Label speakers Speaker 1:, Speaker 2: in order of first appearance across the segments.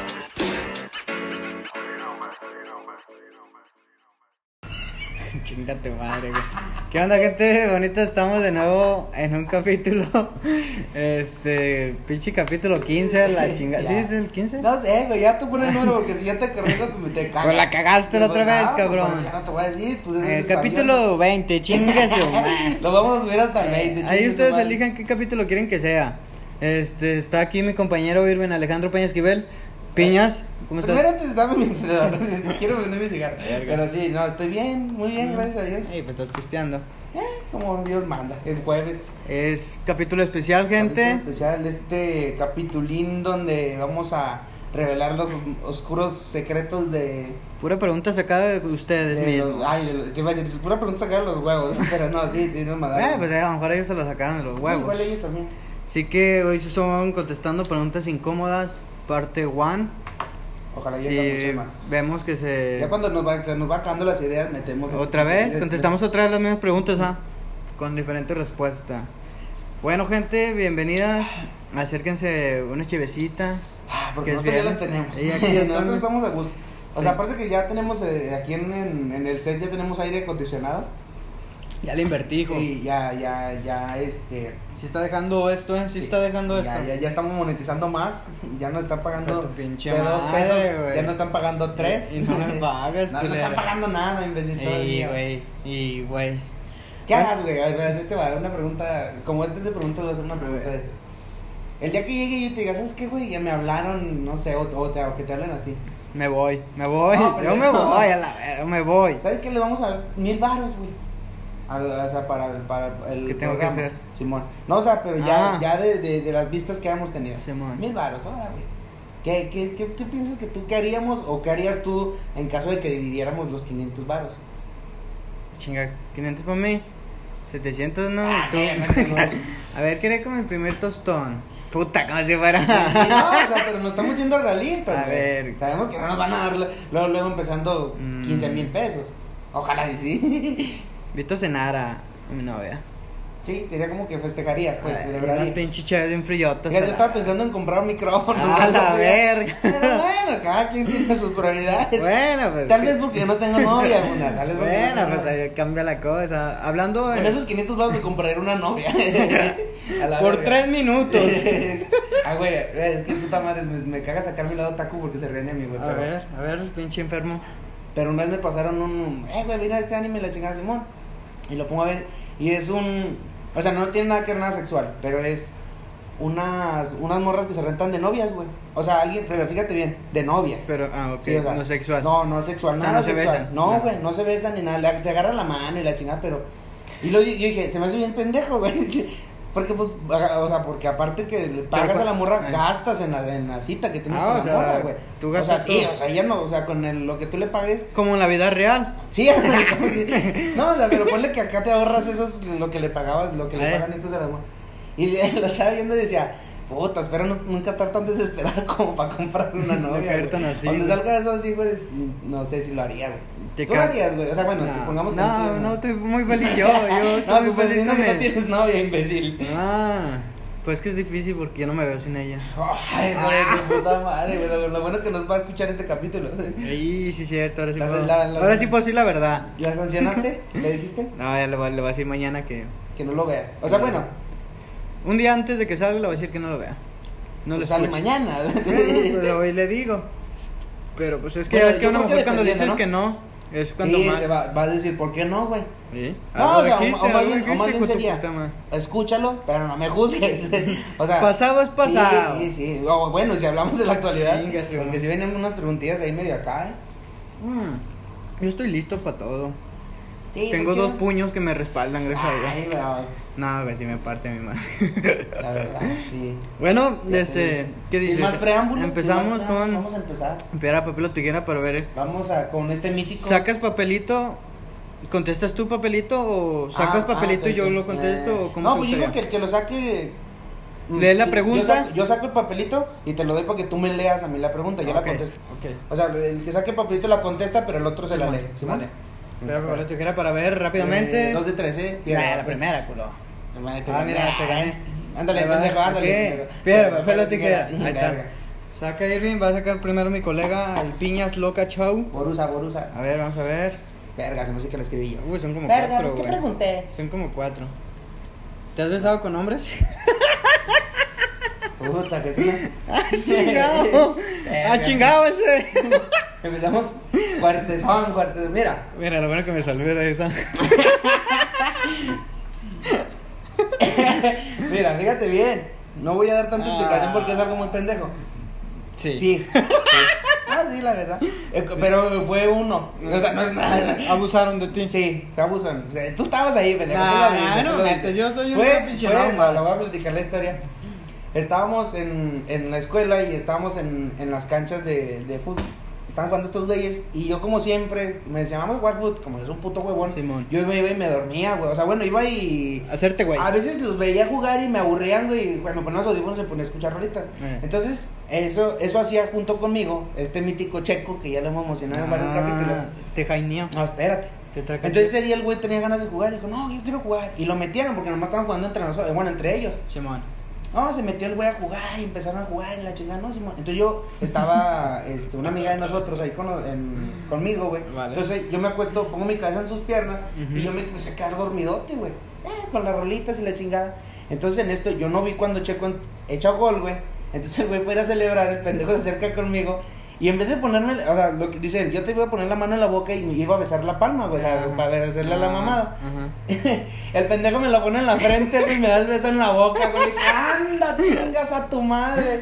Speaker 1: Chinga tu madre, güey. ¿Qué onda, gente? Bonita, estamos de nuevo en un capítulo. Este, pinche capítulo 15, la chinga. ¿Sí es el Eh, 15?
Speaker 2: No sé, güey, ya tú pones el número porque si yo te acordé, pues te cagas.
Speaker 1: Pues la cagaste la otra
Speaker 2: Pues,
Speaker 1: vez,
Speaker 2: no,
Speaker 1: cabrón.
Speaker 2: Pues ya no te voy a decir. Tú
Speaker 1: El
Speaker 2: eres
Speaker 1: capítulo 20, chinga su madre.
Speaker 2: sabio. Lo vamos a subir hasta el 20.
Speaker 1: Ahí
Speaker 2: chingue
Speaker 1: ustedes
Speaker 2: su madre.
Speaker 1: elijan qué capítulo quieren que sea. Este, está aquí mi compañero Irvin Alejandro Peña Esquivel. Piñas, ¿cómo estás?
Speaker 2: Primero Pues, antes dame mi encendedor. Quiero prender mi cigarro.
Speaker 1: Verga.
Speaker 2: Pero sí, no, estoy bien, muy bien, gracias a Dios.
Speaker 1: Ey, pues estás pisteando.
Speaker 2: Como Dios manda, el jueves.
Speaker 1: Es capítulo especial, gente.
Speaker 2: Capítulo especial este capitulín donde vamos a revelar los oscuros secretos de
Speaker 1: Pura pregunta sacada de ustedes
Speaker 2: de
Speaker 1: mismos.
Speaker 2: los- ay, de los- te iba a decir, es pura pregunta sacar los huevos, pero no, sí, sí, no me
Speaker 1: Eh, pues a lo mejor ellos se lo sacaron de los huevos.
Speaker 2: igual ellos también.
Speaker 1: Así que hoy son contestando preguntas incómodas, parte 1.
Speaker 2: Ojalá
Speaker 1: Si
Speaker 2: llegue mucho más.
Speaker 1: vemos que se...
Speaker 2: Ya cuando este, nos va, se nos va acabando las ideas, metemos.
Speaker 1: eh, Otra vez, contestamos otra vez las mismas preguntas, ¿ah? Con diferente respuesta. Bueno, gente, bienvenidas. Acérquense una chivecita.
Speaker 2: Ah,
Speaker 1: que
Speaker 2: Porque
Speaker 1: es
Speaker 2: nosotros ya las
Speaker 1: viernes.
Speaker 2: tenemos.
Speaker 1: Y aquí están.
Speaker 2: nosotros estamos a gusto. O sea,
Speaker 1: Sí.
Speaker 2: aparte que ya tenemos eh, aquí en, en, en el set, ya tenemos aire acondicionado.
Speaker 1: Ya le invertí, hijo.
Speaker 2: Sí, ya, ya, ya, este.
Speaker 1: Sí está dejando esto, ¿eh? Sí, está dejando
Speaker 2: ya,
Speaker 1: esto.
Speaker 2: Ya, ya estamos monetizando más. Ya nos están pagando
Speaker 1: Pero tu pinche
Speaker 2: de dos
Speaker 1: madre,
Speaker 2: pesos.
Speaker 1: güey.
Speaker 2: Ya nos están pagando tres.
Speaker 1: Y no me pagas,
Speaker 2: no, no
Speaker 1: culera.
Speaker 2: están pagando nada, imbécil.
Speaker 1: Y,
Speaker 2: todavía.
Speaker 1: güey, y, güey.
Speaker 2: ¿Qué harás, güey? A ver, espérate, te voy a dar una pregunta. Como este se pregunta, le voy a hacer una pregunta de esta. El día que llegue y yo te diga, ¿sabes qué, güey? Ya me hablaron, no sé, o, o te- o que te hablen a ti.
Speaker 1: Me voy, me voy.
Speaker 2: No,
Speaker 1: yo
Speaker 2: pendejo.
Speaker 1: me voy, a la verga, me voy.
Speaker 2: ¿Sabes qué? Le vamos a dar mil baros, güey. Al- O sea, para, el- para el.
Speaker 1: ¿Qué tengo que
Speaker 2: programa.
Speaker 1: hacer?
Speaker 2: Simón. No, o sea, pero ya,
Speaker 1: Ah.
Speaker 2: ya de, de, de las vistas que hemos tenido.
Speaker 1: Simón.
Speaker 2: Mil baros, ahora, güey. ¿Qué, qué, qué, qué piensas que tú qué haríamos o qué harías tú en caso de que dividiéramos los 500 baros?
Speaker 1: Chinga, 500 para mí. 700 no.
Speaker 2: Ah,
Speaker 1: tú.
Speaker 2: qué, no, no, no.
Speaker 1: a ver, quería con mi primer tostón. Puta, como si fuera.
Speaker 2: Sí, sí, no, o sea, pero nos estamos yendo realistas.
Speaker 1: A
Speaker 2: güey.
Speaker 1: ver.
Speaker 2: Sabemos que no nos van a dar luego, luego empezando
Speaker 1: Mm.
Speaker 2: 15 mil pesos. Ojalá y sí.
Speaker 1: Vito cenar a a mi novia.
Speaker 2: sí, sería como que festejarías, pues.
Speaker 1: Ay,
Speaker 2: celebrarías.
Speaker 1: unas pinche chaves bien friotas.
Speaker 2: Fíjate, yo estaba pensando en comprar micrófonos.
Speaker 1: A
Speaker 2: algo
Speaker 1: la
Speaker 2: así.
Speaker 1: verga.
Speaker 2: Pero bueno, cada quien tiene sus prioridades.
Speaker 1: Bueno, pues.
Speaker 2: Tal vez porque yo no tengo novia, Muna, Tal vez porque no
Speaker 1: Bueno,
Speaker 2: tengo
Speaker 1: pues
Speaker 2: novia.
Speaker 1: ahí cambia la cosa. Hablando
Speaker 2: Con
Speaker 1: eh,
Speaker 2: esos 500 baros me compraré una novia. A la
Speaker 1: por
Speaker 2: verga.
Speaker 1: tres minutos.
Speaker 2: ah, güey, es que puta madre, me, me caga sacar mi lado taco porque se ríen de mí, güey.
Speaker 1: a
Speaker 2: pero-
Speaker 1: ver, a ver, pinche enfermo.
Speaker 2: Pero una vez me pasaron un, eh, güey, mira este anime, la chingada Simón. Y lo pongo a ver. Y es un. O sea, no tiene nada que ver nada sexual, pero es unas, unas morras que se rentan de novias, güey. O sea, alguien, pero fíjate bien, de novias.
Speaker 1: Pero, ah, ok,
Speaker 2: Sí, o sea,
Speaker 1: no sexual.
Speaker 2: No, no sexual,
Speaker 1: Ah,
Speaker 2: nada
Speaker 1: no se
Speaker 2: sexual.
Speaker 1: besan.
Speaker 2: No,
Speaker 1: No.
Speaker 2: güey, no se besan ni nada. le- Te agarran la mano y la chingada, pero. Y luego yo, yo dije, se me hace bien pendejo, güey. Porque, pues, aga- o sea, porque aparte que le pagas
Speaker 1: cu-
Speaker 2: a la morra,
Speaker 1: Ay.
Speaker 2: gastas en la, en la cita que tienes
Speaker 1: Ah,
Speaker 2: con
Speaker 1: o
Speaker 2: la
Speaker 1: sea,
Speaker 2: morra, güey.
Speaker 1: tú
Speaker 2: o sea,
Speaker 1: gastas
Speaker 2: sí,
Speaker 1: tú.
Speaker 2: o sea, ella no, o sea, con el- lo que tú le pagues,
Speaker 1: Como en la vida real.
Speaker 2: Sí, o sea, como que- no, o sea, pero ponle que acá te ahorras esos, lo que le pagabas, lo que le
Speaker 1: Eh.
Speaker 2: pagan estos de la mona. Y le- lo estaba viendo y decía, puta, espero no- nunca estar tan desesperado como para comprar una
Speaker 1: No
Speaker 2: novia.
Speaker 1: caer
Speaker 2: güey".
Speaker 1: tan así,
Speaker 2: Cuando
Speaker 1: güey.
Speaker 2: salga eso así, güey, no sé si lo haría, güey.
Speaker 1: Te
Speaker 2: ¿Tú lo
Speaker 1: ca-
Speaker 2: harías, güey? O sea, bueno, supongamos que
Speaker 1: no,
Speaker 2: tienes-
Speaker 1: no, estoy muy feliz yo. Yo estoy
Speaker 2: no,
Speaker 1: muy
Speaker 2: suponiendo
Speaker 1: feliz con
Speaker 2: que no
Speaker 1: él.
Speaker 2: tienes novia, imbécil.
Speaker 1: Ah, pues que es difícil porque yo no me veo sin ella.
Speaker 2: Ay, güey, qué puta madre, güey. Lo, lo bueno que nos va a escuchar este capítulo.
Speaker 1: Sí, sí, cierto, ahora sí
Speaker 2: Las-
Speaker 1: puedo.
Speaker 2: la- las-
Speaker 1: ahora sí puedo decir la verdad.
Speaker 2: ¿La sancionaste? ¿Le dijiste?
Speaker 1: No, ya le voy, le voy a decir mañana que.
Speaker 2: Que no lo vea. O sea, bueno,
Speaker 1: Un día antes de que salga le voy a decir que no lo vea. No lo
Speaker 2: pues sale
Speaker 1: escuche.
Speaker 2: mañana.
Speaker 1: Eh, Pero hoy le digo. Pero pues es que
Speaker 2: Bueno,
Speaker 1: es que
Speaker 2: yo
Speaker 1: a lo
Speaker 2: creo que
Speaker 1: mejor cuando le dices que
Speaker 2: dependiendo,
Speaker 1: no, es cuando
Speaker 2: sí,
Speaker 1: más.
Speaker 2: se va, va a decir, ¿por qué no, güey?
Speaker 1: ¿Sí?
Speaker 2: No, o sea, o- o, más
Speaker 1: algo
Speaker 2: bien, o
Speaker 1: dijiste, hijo
Speaker 2: más bien
Speaker 1: de tu
Speaker 2: sería,
Speaker 1: puta madre.
Speaker 2: escúchalo, pero no me juzgues. o sea,
Speaker 1: Pasado es
Speaker 2: sí,
Speaker 1: pasado.
Speaker 2: Sí, sí, O, bueno, si hablamos de la actualidad,
Speaker 1: Chinga, sí,
Speaker 2: porque
Speaker 1: bueno.
Speaker 2: si vienen unas preguntillas ahí medio acá, ¿eh?
Speaker 1: Mm, yo estoy listo para todo.
Speaker 2: Sí,
Speaker 1: Tengo
Speaker 2: pues,
Speaker 1: dos
Speaker 2: ¿qué?
Speaker 1: puños que me respaldan, gracias a
Speaker 2: Ay,
Speaker 1: Dios.
Speaker 2: bravo,
Speaker 1: No, que si me parte mi madre.
Speaker 2: la verdad, sí.
Speaker 1: Bueno,
Speaker 2: Ya
Speaker 1: este,
Speaker 2: te-
Speaker 1: ¿qué dices?
Speaker 2: Sin más preámbulos.
Speaker 1: Empezamos con
Speaker 2: Vamos a empezar.
Speaker 1: piedra, papel o tijera para ver. eh.
Speaker 2: Vamos a con este mítico.
Speaker 1: ¿Sacas papelito? ¿Contestas tú papelito o sacas
Speaker 2: Ah, ah,
Speaker 1: papelito y yo
Speaker 2: ok,
Speaker 1: lo
Speaker 2: ok.
Speaker 1: contesto? o cómo
Speaker 2: No,
Speaker 1: te
Speaker 2: pues yo digo que
Speaker 1: gustaría?
Speaker 2: el que lo saque.
Speaker 1: Lee la
Speaker 2: Sí,
Speaker 1: pregunta.
Speaker 2: Yo saco, yo saco el papelito y te lo doy para que tú me leas a mí la pregunta, yo
Speaker 1: Ok,
Speaker 2: la contesto.
Speaker 1: ok.
Speaker 2: O sea, el que saque el papelito la contesta, pero el otro se la
Speaker 1: Simón,
Speaker 2: lee.
Speaker 1: Simón.
Speaker 2: Vale.
Speaker 1: Piedra, papel o tijera para ver rápidamente.
Speaker 2: Eh, dos de tres, ¿eh?
Speaker 1: Nah, la primera, culo.
Speaker 2: Ah,
Speaker 1: Ah, mira, te gané.
Speaker 2: Ándale,
Speaker 1: Ahí va,
Speaker 2: pendejo, ándale.
Speaker 1: ok.
Speaker 2: pendejo.
Speaker 1: Piedra, papel o tijera.
Speaker 2: Verga.
Speaker 1: Ahí está. Saca Irving, va a sacar primero mi colega, el Piñas Loca Chau.
Speaker 2: Borusa, Borusa.
Speaker 1: A ver, vamos a ver.
Speaker 2: Verga, se me hace que lo escribí yo.
Speaker 1: Uy, son como
Speaker 2: Verga,
Speaker 1: cuatro,
Speaker 2: pues, ¿qué
Speaker 1: güey.
Speaker 2: pregunté?
Speaker 1: Son como cuatro. ¿Te has besado con hombres?
Speaker 2: Puta, que sí.
Speaker 1: ¡Chingado!
Speaker 2: Verga.
Speaker 1: ¡Ah, chingado ese!
Speaker 2: Empezamos cuartezón, cuartezón. Mira.
Speaker 1: Mira, lo bueno que me salvé de esa.
Speaker 2: Mira, fíjate bien. No voy a dar tanta
Speaker 1: Ah.
Speaker 2: explicación porque es algo muy pendejo. Sí. Ah, sí, la verdad. Eh, Pero fue uno. O sea, no es nada.
Speaker 1: Abusaron de ti.
Speaker 2: Sí, fue abusan. O sea, tú estabas ahí, pendejo.
Speaker 1: Nah,
Speaker 2: tú lo viste,
Speaker 1: nah,
Speaker 2: tú
Speaker 1: no
Speaker 2: lo
Speaker 1: mames,
Speaker 2: viste.
Speaker 1: yo soy un
Speaker 2: Fue-
Speaker 1: aficionado
Speaker 2: fue-
Speaker 1: más.
Speaker 2: Te voy a platicar la historia. Estábamos en, en la escuela y estábamos en, en las canchas de, de fútbol. Estaban jugando estos güeyes y yo como siempre, me decían, vamos a jugar fútbol, como es un puto huevón.
Speaker 1: Simón.
Speaker 2: Yo me iba y me dormía, güey. O sea, bueno, iba y...
Speaker 1: Hacerte, güey.
Speaker 2: A veces los veía jugar y me aburrían, güey. y Cuando ponía los audífonos se ponía a escuchar rolitas.
Speaker 1: Eh.
Speaker 2: Entonces, eso, eso hacía junto conmigo este mítico checo que ya lo hemos mencionado en varios capítulos.
Speaker 1: Ah, Te jaineo.
Speaker 2: No, espérate.
Speaker 1: Te traca-
Speaker 2: Entonces ese día el güey tenía ganas de jugar y dijo, no, yo quiero jugar. Y lo metieron porque nomás estaban jugando entre nosotros, bueno, entre ellos.
Speaker 1: Simón.
Speaker 2: No, se metió el güey a jugar y empezaron a jugar y la chingada, no, Simón. Entonces yo estaba, este, una amiga de nosotros ahí con, en- conmigo, güey.
Speaker 1: Vale.
Speaker 2: Entonces yo me acuesto, pongo mi cabeza en sus piernas
Speaker 1: Ujú.
Speaker 2: y yo me empecé a quedar dormidote, güey. Ah, con las rolitas y la chingada. Entonces en esto yo no vi cuando Checo en- echa gol, güey. Entonces el güey fuera a celebrar, el pendejo se acerca conmigo. Y en vez de ponerme, o sea, lo que dice él, yo te iba a poner la mano en la boca y me iba a besar la palma, güey, la-
Speaker 1: Ajá.
Speaker 2: para hacerle la
Speaker 1: Ah,
Speaker 2: mamada.
Speaker 1: Ajá.
Speaker 2: El pendejo me lo pone en la frente güey, y me da el beso en la boca, güey. Le digo, Anda, chingas a tu madre.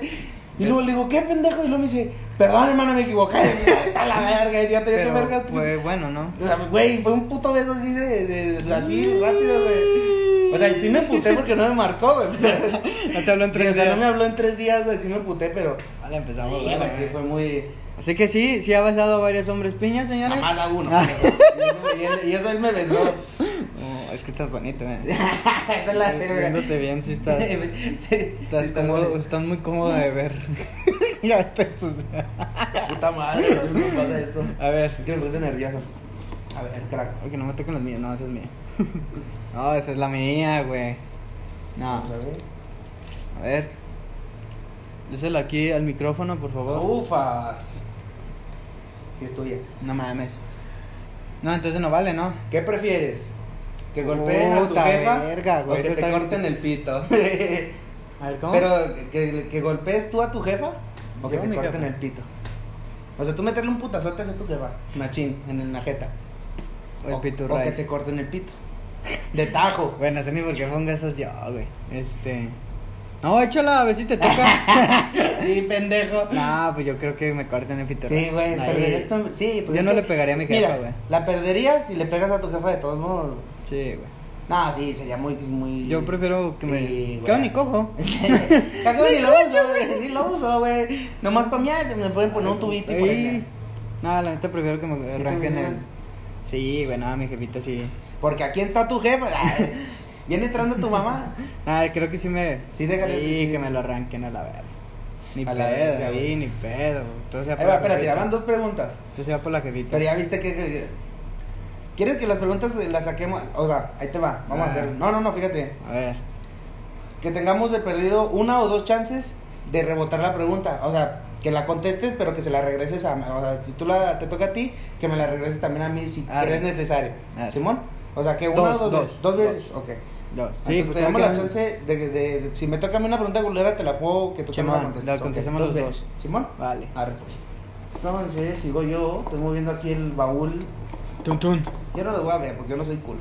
Speaker 2: Y luego le digo, ¿qué pendejo? Y luego me dice, perdón, hermano, me equivoqué. Está la verga, idiota, yo te
Speaker 1: Pero,
Speaker 2: verga.
Speaker 1: pues bueno, ¿no?
Speaker 2: O sea, güey, fue un puto beso así de, de- así, rápido, güey. O sea, sí me puté porque no me marcó, güey.
Speaker 1: No te habló en
Speaker 2: o
Speaker 1: tres
Speaker 2: sea,
Speaker 1: días.
Speaker 2: no me habló en tres días, güey, sí me puté, pero...
Speaker 1: Vale, empezamos.
Speaker 2: Sí,
Speaker 1: vale,
Speaker 2: güey,
Speaker 1: vale.
Speaker 2: sí fue muy...
Speaker 1: Así que sí, sí ha besado a varios hombres piñas, señores.
Speaker 2: Nada más a uno.
Speaker 1: Ah.
Speaker 2: pero- Y eso- y eso él me besó.
Speaker 1: Oh, es que estás bonito, eh.
Speaker 2: Está la verga.
Speaker 1: Viéndote bien, sí estás. Estás
Speaker 2: Estás
Speaker 1: cómodo, estás muy cómodo de ver. ya te ensuciaste.
Speaker 2: Puta madre, ¿cómo pasa esto?
Speaker 1: A ver,
Speaker 2: Es que me puse nervioso. A ver, crack.
Speaker 1: que no me toquen las mías, no, esa es mía. no, esa es la mía, güey. No,
Speaker 2: Vamos a ver.
Speaker 1: a ver. Déselo aquí al micrófono, por favor.
Speaker 2: Oh. Ufas. Si es tuya.
Speaker 1: No mames. No, entonces no vale, ¿no?
Speaker 2: ¿Qué prefieres? ¿Que golpeen a tu
Speaker 1: Puta
Speaker 2: jefa
Speaker 1: verga, güey,
Speaker 2: o que
Speaker 1: eso
Speaker 2: te
Speaker 1: está-
Speaker 2: corten el pito?
Speaker 1: A ver, ¿cómo?
Speaker 2: Pero, ¿que, que golpees tú a tu jefa o que
Speaker 1: Yo a
Speaker 2: te
Speaker 1: mi
Speaker 2: corten
Speaker 1: jefa.
Speaker 2: el pito? O sea, tú meterle un putazote a tu jefa, machín, en el najeta.
Speaker 1: O el
Speaker 2: o que te
Speaker 1: piturrais.
Speaker 2: corten el pito. De tajo.
Speaker 1: Bueno, sé ni por qué pongo esas yo, güey. Este. No, échala, a ver si te toca.
Speaker 2: sí, pendejo.
Speaker 1: no, pues yo creo que me corten el piturrais.
Speaker 2: Sí, güey,
Speaker 1: Ahí.
Speaker 2: perderías tu- Sí, pues
Speaker 1: Yo
Speaker 2: es
Speaker 1: no
Speaker 2: que-
Speaker 1: le pegaría a mi jefa,
Speaker 2: Mira,
Speaker 1: güey.
Speaker 2: La perderías si le pegas a tu jefa de todos modos.
Speaker 1: Sí, güey.
Speaker 2: No, sí, sería muy, muy.
Speaker 1: Yo prefiero que
Speaker 2: Sí,
Speaker 1: me.
Speaker 2: güey.
Speaker 1: Quedo ni cojo.
Speaker 2: Cago, ni lo uso, güey. Ni lo uso, güey. Nomás para mear, me pueden poner un tubito y
Speaker 1: Ey.
Speaker 2: ponerme.
Speaker 1: No, la neta prefiero que me
Speaker 2: Sí,
Speaker 1: arranquen
Speaker 2: también.
Speaker 1: el. Sí, güey, nada, mi jefita sí.
Speaker 2: Porque aquí está tu jefa. Ay, Viene entrando tu mamá.
Speaker 1: Ah, creo que sí me.
Speaker 2: Sí, déjale,
Speaker 1: Sí,
Speaker 2: sí, sí.
Speaker 1: que me lo arranquen a la verga. Ni
Speaker 2: A la
Speaker 1: pedo,
Speaker 2: verga,
Speaker 1: ahí,
Speaker 2: güey.
Speaker 1: ni pedo. Todo sea
Speaker 2: Ahí
Speaker 1: por
Speaker 2: va,
Speaker 1: la
Speaker 2: espérate, ya
Speaker 1: jefita.
Speaker 2: van dos preguntas.
Speaker 1: Todo sea por la jefita.
Speaker 2: Pero ya viste que- que. ¿Quieres que las preguntas las saquemos? Oiga, ahí te va. Vamos
Speaker 1: Ah.
Speaker 2: a hacer. No, no, no, fíjate.
Speaker 1: A ver.
Speaker 2: que tengamos de perdido una o dos chances de rebotar la pregunta. O sea, que la contestes, pero que se la regreses a. O sea, si tú la, te toca a ti, que me la regreses también a mí si
Speaker 1: Arre.
Speaker 2: crees necesario.
Speaker 1: Arre.
Speaker 2: ¿Simón? O sea, que una
Speaker 1: Dos,
Speaker 2: o dos,
Speaker 1: dos,
Speaker 2: veces. Dos veces, ok.
Speaker 1: Dos.
Speaker 2: Entonces,
Speaker 1: porque
Speaker 2: tenemos
Speaker 1: creo
Speaker 2: pues, la
Speaker 1: que-
Speaker 2: chance de, de- de- Si me toca a mí una pregunta culera, te la puedo que tú también
Speaker 1: Simón,
Speaker 2: contestes.
Speaker 1: la
Speaker 2: ok.
Speaker 1: contestamos los
Speaker 2: veces. ¿Simón?
Speaker 1: Vale.
Speaker 2: Arre, pues. Entonces, sigo yo. Estoy moviendo aquí el baúl.
Speaker 1: Tun, tun.
Speaker 2: Yo no lo voy a ver porque yo no soy culo.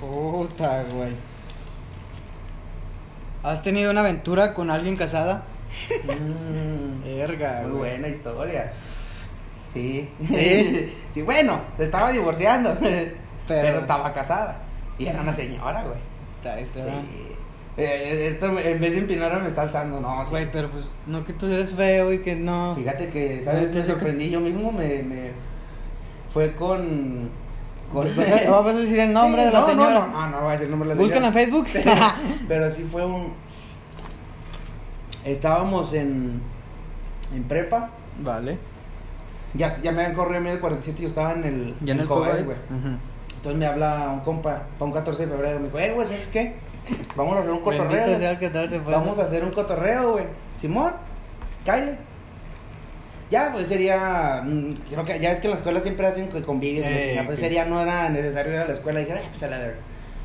Speaker 1: Puta, güey. ¿Has tenido una aventura con alguien casada?
Speaker 2: Mm.
Speaker 1: Verga,
Speaker 2: Muy
Speaker 1: güey.
Speaker 2: buena historia. Sí.
Speaker 1: Sí.
Speaker 2: Sí, bueno, se estaba divorciando. Pero,
Speaker 1: Pero
Speaker 2: estaba casada. Y era una señora, güey.
Speaker 1: Está, está.
Speaker 2: Sí. Eh, esto me- en vez de empinarme me está alzando, no,
Speaker 1: Güey,
Speaker 2: güey.
Speaker 1: pero pues no que tú eres feo y que no.
Speaker 2: Fíjate que, ¿sabes? Me sorprendí yo mismo, me, me fue con... con...
Speaker 1: Pues, No vas a decir el nombre
Speaker 2: Sí,
Speaker 1: de la
Speaker 2: no,
Speaker 1: señora.
Speaker 2: No, no, no, no voy a decir el nombre de la
Speaker 1: Búscala en
Speaker 2: señora.
Speaker 1: Facebook.
Speaker 2: Pero, pero sí fue un... Estábamos en, en prepa.
Speaker 1: Vale.
Speaker 2: Ya, ya me habían corrido a mí en el 47 yo estaba en el,
Speaker 1: Ya en el
Speaker 2: Cobain,
Speaker 1: COVID,
Speaker 2: güey. Entonces me habla un compa, para un 14 de febrero, me dijo, eh, güey, ¿sabes qué? Vamos a hacer un cotorreo.
Speaker 1: Bendito sea
Speaker 2: güey.
Speaker 1: el 14, pues.
Speaker 2: Vamos a hacer un cotorreo, güey. Simón, cállate. Ya, pues sería. mm, Creo que ya es que en la escuela siempre hacen que convives. y la
Speaker 1: Ey,
Speaker 2: chingada, pues
Speaker 1: pues.
Speaker 2: sería, no era necesario ir a la escuela. Y dije, "Ay, pues a la verga.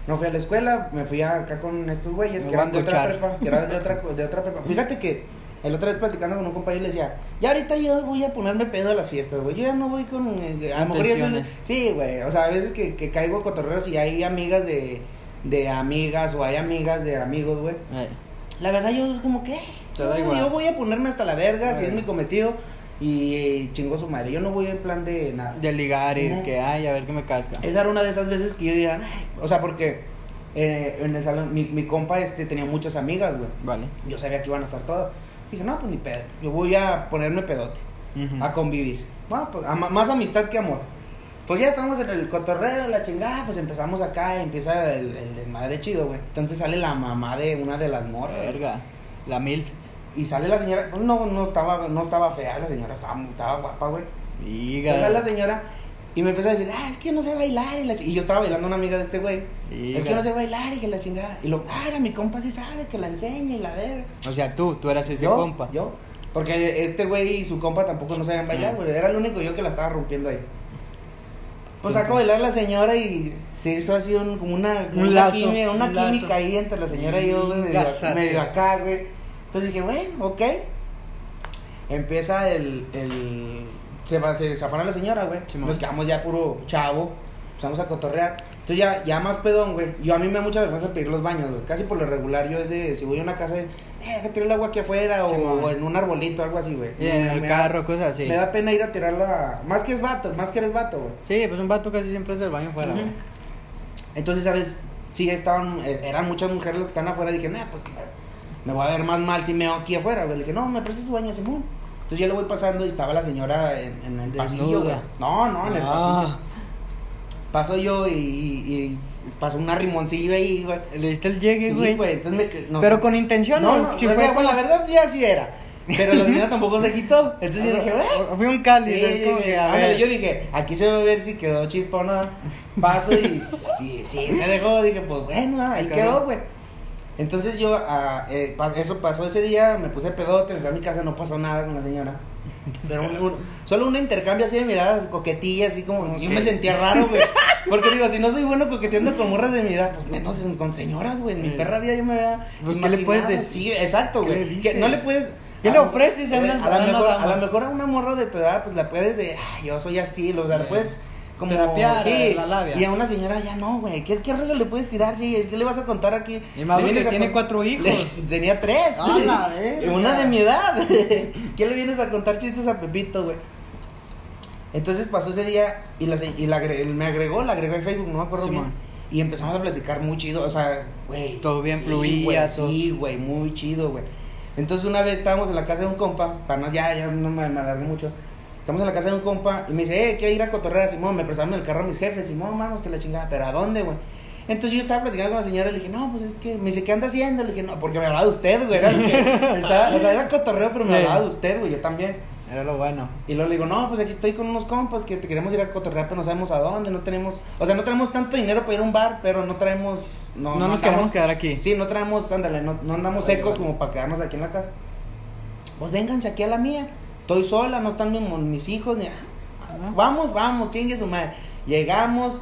Speaker 2: No fui a la escuela, me fui acá con estos güeyes
Speaker 1: Me
Speaker 2: que
Speaker 1: voy a
Speaker 2: eran de otra
Speaker 1: encochar.
Speaker 2: prepa. Que eran de otra, co- de otra prepa. Fíjate que el otra vez platicando con un compañero le decía, ya ahorita yo voy a ponerme pedo a las fiestas, güey. Yo ya no voy con. eh, A lo mejor ya soy-
Speaker 1: Intenciones.
Speaker 2: Sí, güey. O sea, a veces que, que caigo a cotorreos y hay amigas de, de amigas o hay amigas de amigos, güey.
Speaker 1: Ey.
Speaker 2: La verdad yo es como que
Speaker 1: Te da
Speaker 2: yo-
Speaker 1: igual.
Speaker 2: yo voy a ponerme hasta la verga si
Speaker 1: Eh.
Speaker 2: es mi cometido y eh, chingó su madre. Yo no voy en plan de nada.
Speaker 1: De ligar y
Speaker 2: Ujú.
Speaker 1: que, ay, a ver qué me casca.
Speaker 2: Esa era una de esas veces que yo diga, "Ay", o sea, porque eh, en el salón mi, mi compa este tenía muchas amigas, güey.
Speaker 1: Vale.
Speaker 2: Yo sabía que iban a estar todas. Dije, "No, pues ni pedo. Yo voy a ponerme pedote."
Speaker 1: Ujú.
Speaker 2: a convivir. Bueno, pues, a ma- más amistad que amor. Pues ya estamos en el cotorreo, la chingada, pues empezamos acá y empieza el, el desmadre chido, güey. Entonces sale la mamá de una de las morras.
Speaker 1: Verga. La milf.
Speaker 2: Y sale la señora, pues, no, no estaba, no estaba fea, la señora estaba, muy- estaba guapa, güey.
Speaker 1: Diga.
Speaker 2: Sale la señora y me empezó a decir, ah, es que no sé bailar. Y, la chi- y yo estaba bailando a una amiga de este güey.
Speaker 1: Diga.
Speaker 2: Es que no sé bailar y que la chingada. Y lo, ah, era mi compa sí sabe, que la enseña y la verga.
Speaker 1: O sea, tú, tú eras ese
Speaker 2: yo,
Speaker 1: compa.
Speaker 2: Yo. Porque este güey y su compa tampoco no sabían bailar,
Speaker 1: Ah.
Speaker 2: güey. Era el único yo que la estaba rompiendo ahí. Pues
Speaker 1: Tú,
Speaker 2: sacó a
Speaker 1: tú.
Speaker 2: bailar la señora y se hizo así un- como una, como
Speaker 1: Un
Speaker 2: una
Speaker 1: lazo,
Speaker 2: quimia- una
Speaker 1: un lazo.
Speaker 2: química ahí entre la señora y yo, güey, medio,
Speaker 1: Gásate.
Speaker 2: medio acá, güey. Entonces dije, bueno, ok. Empieza el. el se, va, se zafana la señora, güey.
Speaker 1: Simón.
Speaker 2: Nos quedamos ya puro chavo. Empezamos a cotorrear. Entonces ya, ya más pedón, güey. Yo a mí me da mucha vergüenza pedir los baños, güey. Casi por lo regular yo es de, si voy a una casa, de, eh, deja tirar el agua aquí afuera o,
Speaker 1: Simón.
Speaker 2: o en un arbolito, algo así, güey.
Speaker 1: Y en el
Speaker 2: Me da-
Speaker 1: carro, cosas así.
Speaker 2: Me da pena ir a tirarla. Más que es vato, más que eres vato, güey.
Speaker 1: Sí, pues un vato casi siempre es del baño fuera,
Speaker 2: Ujú.
Speaker 1: güey.
Speaker 2: Entonces, ¿sabes? Sí, estaban, eh, eran muchas mujeres las que estaban afuera. Dije, nah, pues me voy a ver más mal si meo aquí afuera. güey. Le dije, no, me prestas tu baño, Simón. Entonces ya lo voy pasando y estaba la señora en, en el pasillo, güey.
Speaker 1: Desnuda.
Speaker 2: No, no, en el pasillo.
Speaker 1: Ah,
Speaker 2: Paso yo y, y- y pasó una rimoncillo ahí, güey.
Speaker 1: Le diste el llegue,
Speaker 2: Sí,
Speaker 1: güey.
Speaker 2: güey, entonces me... que- no.
Speaker 1: Pero con intención,
Speaker 2: No,
Speaker 1: ¿o?
Speaker 2: no,
Speaker 1: Si
Speaker 2: o
Speaker 1: fue
Speaker 2: sea,
Speaker 1: con-
Speaker 2: pues, la verdad sí así era. Pero la señora tampoco se quitó. Entonces yo dije, güey.
Speaker 1: O- o Fue un cáliz,
Speaker 2: Sí,
Speaker 1: es como
Speaker 2: dije,
Speaker 1: que, a
Speaker 2: ándale,
Speaker 1: ver.
Speaker 2: yo dije, aquí se va a ver si quedó chispa o nada. Paso y sí, sí, se dejó. Dije, pues bueno, ahí
Speaker 1: Acá
Speaker 2: quedó,
Speaker 1: no.
Speaker 2: güey. Entonces yo, ah, eh, pa- eso pasó ese día, me puse pedote, me fui a mi casa, no pasó nada con la señora. Pero un- un- solo un intercambio así de miradas, coquetillas, así como. Yo
Speaker 1: Ok.
Speaker 2: me sentía raro, güey. Porque digo, si no soy bueno coqueteando con morras de mi edad, pues menos en- con señoras, güey. En mi
Speaker 1: Sí.
Speaker 2: perra vida yo me había.
Speaker 1: Pues, ¿qué le puedes
Speaker 2: imaginado.
Speaker 1: decir?
Speaker 2: Sí, exacto,
Speaker 1: ¿Qué le
Speaker 2: güey. Que
Speaker 1: dices?
Speaker 2: no le puedes.
Speaker 1: ¿Qué le ofreces a
Speaker 2: a
Speaker 1: una-
Speaker 2: la
Speaker 1: a una
Speaker 2: mejor-
Speaker 1: dama?
Speaker 2: a la mejor a una morra de tu edad, pues la puedes de. "Ah, yo soy así, lo, o sea, la
Speaker 1: Sí.
Speaker 2: puedes. Como,
Speaker 1: Eh, Terapiar
Speaker 2: sí,
Speaker 1: la labia.
Speaker 2: Y a una señora ya no, güey. ¿Qué, ¿Qué rollo le puedes tirar? Sí, ¿Qué le vas a contar aquí?
Speaker 1: Y más porque
Speaker 2: Le vienes a
Speaker 1: tiene
Speaker 2: con-
Speaker 1: cuatro hijos.
Speaker 2: Le- tenía tres.
Speaker 1: A la verga.
Speaker 2: Una de mi edad. ¿Qué le vienes a contar chistes a Pepito, güey? Entonces pasó ese día y, la, se- y la agre- me agregó, la agregó en Facebook, no me acuerdo
Speaker 1: Simón.
Speaker 2: bien. Y empezamos a platicar muy chido, o sea, güey.
Speaker 1: Todo bien
Speaker 2: sí,
Speaker 1: fluía,
Speaker 2: güey,
Speaker 1: todo.
Speaker 2: Sí, güey, muy chido, güey. Entonces una vez estábamos en la casa de un compa, para no, ya, ya no me, me alargué mucho. Estamos en la casa de un compa y me dice, eh, quiero ir a cotorrear, Simón, me prestaron el carro a mis jefes, Simón, vamos, que la chingada, pero ¿a dónde, güey? Entonces yo estaba platicando con la señora y le dije, no, pues es que, me dice, ¿qué anda haciendo? Le dije, no, porque me hablaba de usted, güey, era, lo que- estaba- o sea, era cotorreo, pero me
Speaker 1: Sí.
Speaker 2: hablaba de usted, güey, yo también.
Speaker 1: Era lo bueno.
Speaker 2: Y luego le digo, no, pues aquí estoy con unos compas que te queremos ir a cotorrear, pero no sabemos a dónde, no tenemos, o sea, no tenemos tanto dinero para ir a un bar, pero no traemos, no,
Speaker 1: No, nos queremos
Speaker 2: andamos-
Speaker 1: quedar aquí.
Speaker 2: Sí, no traemos, ándale, no, no andamos
Speaker 1: Oye,
Speaker 2: secos
Speaker 1: vale.
Speaker 2: como para quedarnos aquí en la casa. Pues vénganse aquí a la mía, estoy sola, no están mi- mis hijos, ni...
Speaker 1: Ajá.
Speaker 2: vamos, vamos, chingue su madre. Llegamos,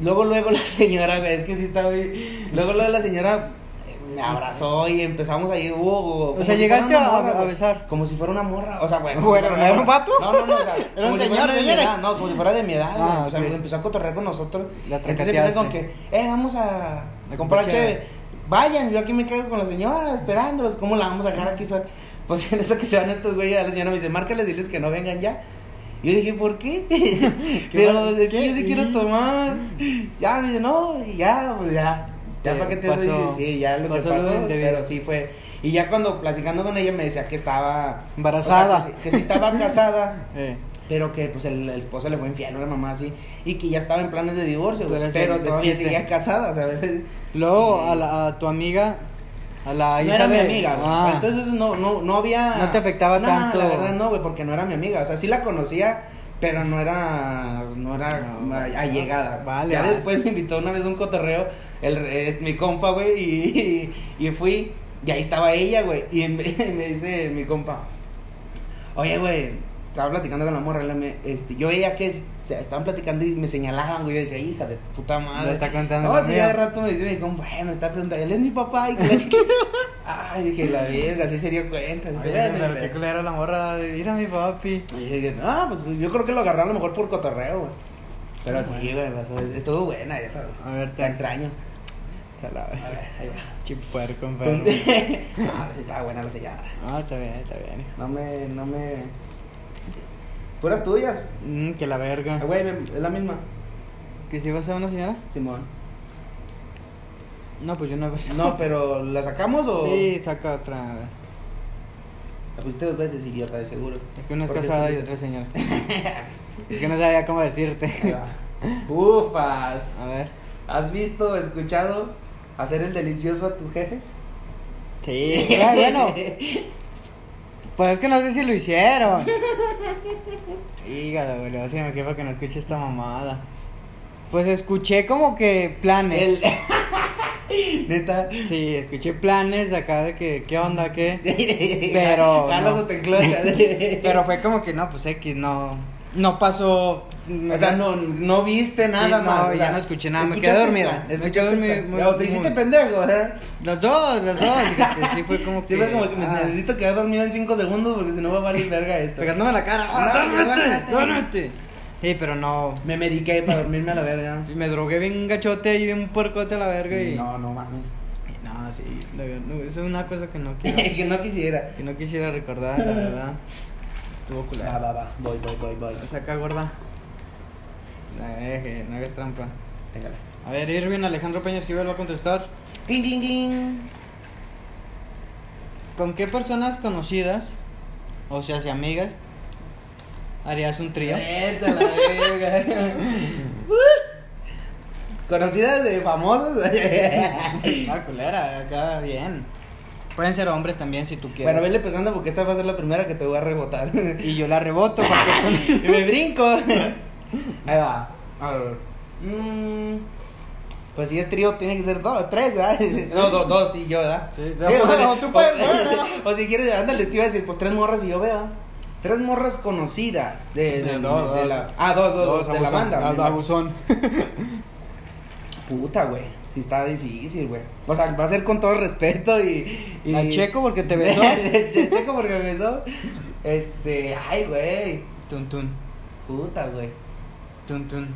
Speaker 2: luego, luego la señora, güey, es que sí está muy, luego, luego la señora... eh, Me abrazó y empezamos ahí, hubo.
Speaker 1: O sea, llegaste a, a besar.
Speaker 2: Como si fuera una morra, o sea, bueno.
Speaker 1: Bueno,
Speaker 2: como si
Speaker 1: ¿no era un vato?
Speaker 2: No, no, no, o sea,
Speaker 1: Era un
Speaker 2: como si
Speaker 1: señor
Speaker 2: fuera de
Speaker 1: de
Speaker 2: mi
Speaker 1: edad.
Speaker 2: edad, no, como si fuera de mi edad,
Speaker 1: Ah,
Speaker 2: güey, o sea,
Speaker 1: ok.
Speaker 2: empezó a cotorrear con nosotros.
Speaker 1: La
Speaker 2: Entonces empezó con
Speaker 1: tracateaste.
Speaker 2: que, eh, vamos a,
Speaker 1: A
Speaker 2: a comprar
Speaker 1: comprar
Speaker 2: chévere. Vayan, yo aquí me quedo con la señora esperándolos, ¿cómo la vamos a dejar aquí sola? Pues en eso que se van estos güeyes, la señora me dice, márcales, diles que no vengan ya. Y yo dije, ¿por qué? Pero
Speaker 1: mal-
Speaker 2: es que
Speaker 1: qué?
Speaker 2: yo sí quiero
Speaker 1: Y-
Speaker 2: tomar. Ya, me dice, no, y ya, pues ya. Ya
Speaker 1: Te
Speaker 2: para que te
Speaker 1: pasó-
Speaker 2: doy, sí, ya lo
Speaker 1: pasó
Speaker 2: que
Speaker 1: lo
Speaker 2: pasó,
Speaker 1: indebido.
Speaker 2: pero sí fue. Y ya cuando platicando con ella me decía que estaba
Speaker 1: Embarazada.
Speaker 2: o sea, que, sí- que sí estaba casada,
Speaker 1: Eh,
Speaker 2: pero que pues el, el esposo le fue infiel a una mamá así y que ya estaba en planes de divorcio,
Speaker 1: Tú
Speaker 2: güey,
Speaker 1: eres
Speaker 2: pero
Speaker 1: el
Speaker 2: todavía
Speaker 1: chiste.
Speaker 2: seguía casada, ¿sabes?
Speaker 1: Luego a, la- a tu amiga, a la
Speaker 2: No
Speaker 1: hija
Speaker 2: era mi
Speaker 1: de-
Speaker 2: amiga, güey.
Speaker 1: Ah,
Speaker 2: Entonces no, no, no había.
Speaker 1: No te afectaba
Speaker 2: Nah,
Speaker 1: tanto.
Speaker 2: La verdad no, güey, porque no era mi amiga. O sea, sí la conocía Pero no era, no era
Speaker 1: No,
Speaker 2: a- allegada.
Speaker 1: vale,
Speaker 2: ya
Speaker 1: vale.
Speaker 2: después me invitó una vez a un cotorreo, el, eh, mi compa, güey, y, y, fui. Y ahí estaba ella, güey. Y me, me dice mi compa, oye, güey, estaba platicando con la morra. la me- este, yo veía que es- se- estaban platicando y me señalaban, güey. Yo decía, hija de tu puta
Speaker 1: Me
Speaker 2: madre.
Speaker 1: está contando.
Speaker 2: No,
Speaker 1: la
Speaker 2: sí,
Speaker 1: mía.
Speaker 2: de rato me dice mi compa, eh, me está preguntando, él es mi papá. Y que la chica- Ay, dije, la verga, sí se dio cuenta. Dije,
Speaker 1: Ay,
Speaker 2: "Bueno,
Speaker 1: pero
Speaker 2: ni
Speaker 1: qué
Speaker 2: pedo".
Speaker 1: culera la morra de ir a mi papi.
Speaker 2: Y dije, no, pues yo creo que lo agarraron a lo mejor por cotorreo, güey. Pero así,
Speaker 1: Bueno.
Speaker 2: güey, pasó. Estuvo buena esa, güey.
Speaker 1: A ver,
Speaker 2: Te
Speaker 1: te
Speaker 2: extraño.
Speaker 1: te la
Speaker 2: A ver, ahí va.
Speaker 1: Chipuerco, enfermo.
Speaker 2: ah, pues estaba buena la sellada.
Speaker 1: Ah, está bien, está bien. hijo.
Speaker 2: No me, no me. Puras tuyas.
Speaker 1: Mm, que la verga.
Speaker 2: Ah, Güey, me- es la misma.
Speaker 1: ¿Que si vas a una señora?
Speaker 2: Simón.
Speaker 1: No, pues yo no he pasado.
Speaker 2: No, pero ¿la sacamos o.?
Speaker 1: Sí, saca otra. a ver.
Speaker 2: La pusiste dos veces, idiota, de seguro.
Speaker 1: Es que una es
Speaker 2: Porque-
Speaker 1: casada y otra es señora. es que no sabía cómo
Speaker 2: Ahí
Speaker 1: decirte.
Speaker 2: va. Ufas.
Speaker 1: A ver.
Speaker 2: ¿Has visto o escuchado hacer el delicioso a tus jefes?
Speaker 1: Sí, ya, Ah, bueno. Pues es que no sé si lo hicieron. Hígado, güey. Así me para que no escuche esta mamada. Pues escuché como que planes.
Speaker 2: Neta.
Speaker 1: Sí, escuché planes de acá de que, ¿qué onda? ¿Qué? Pero,
Speaker 2: Jalas
Speaker 1: no.
Speaker 2: o te enclochas.
Speaker 1: Pero fue como que no, pues X, no. No pasó.
Speaker 2: O sea, no, no viste nada
Speaker 1: no,
Speaker 2: más. o
Speaker 1: ya
Speaker 2: sea,
Speaker 1: no escuché nada, me quedé
Speaker 2: escuchaste
Speaker 1: dormida,
Speaker 2: el plan,
Speaker 1: me
Speaker 2: Escuchaste
Speaker 1: quedé
Speaker 2: el
Speaker 1: dormi-
Speaker 2: plan.
Speaker 1: muy-
Speaker 2: O te hiciste
Speaker 1: muy-
Speaker 2: pendejo, ¿eh?
Speaker 1: Los dos, los dos. fíjate, sí fue como que.
Speaker 2: Sí, fue como que me
Speaker 1: ah,
Speaker 2: necesito quedar dormido en 5 segundos porque si no va a valer verga esto.
Speaker 1: Pegándome la cara. ¡Ah,
Speaker 2: No, ya,
Speaker 1: duérmete,
Speaker 2: duérmete.
Speaker 1: duérmete! Sí, pero no.
Speaker 2: Me mediqué para dormirme a la verga.
Speaker 1: Me drogué bien gachote y bien puercote a la verga y.
Speaker 2: No, no mames.
Speaker 1: No, sí. la verdad, no, eso es una cosa que no quiero.
Speaker 2: que no quisiera.
Speaker 1: que no quisiera recordar, la verdad. Estuvo
Speaker 2: Va,
Speaker 1: culada.
Speaker 2: va, va. Voy, voy, voy, voy.
Speaker 1: Saca gorda. No, deje, no hagas trampa.
Speaker 2: Téngala.
Speaker 1: A ver, Irving Alejandro Peña Esquivel va a contestar.
Speaker 2: Cling, cling, cling.
Speaker 1: ¿Con qué personas conocidas, o sea, si amigas, harías un trío?
Speaker 2: Neta, la verga. Conocidas de famosos.
Speaker 1: Ah, culera, acá bien. Pueden ser hombres también si tú quieres.
Speaker 2: bueno, vele empezando porque esta va a ser la primera que te voy a rebotar.
Speaker 1: Y yo la reboto porque
Speaker 2: Y me brinco. Ahí va. A ver. Mm, pues si es trío, tiene que ser dos, tres, ¿verdad? No, do- dos y yo, ¿verdad?
Speaker 1: Sí, no, no, tú puedes, ¿verdad?
Speaker 2: o si quieres, ándale, te iba a decir, pues tres morras y yo vea. Tres morras conocidas de, de-
Speaker 1: No, dos,
Speaker 2: de
Speaker 1: dos.
Speaker 2: la. Ah, dos, dos, dos, de la banda. me imagino.
Speaker 1: abusón.
Speaker 2: Puta, güey. Sí está difícil, güey. O sea, va a ser con todo respeto y... y...
Speaker 1: A Checo porque te besó.
Speaker 2: Che- checo porque me besó. Este... Ay, güey.
Speaker 1: Tun, tun,
Speaker 2: Puta, güey.
Speaker 1: tun, tun.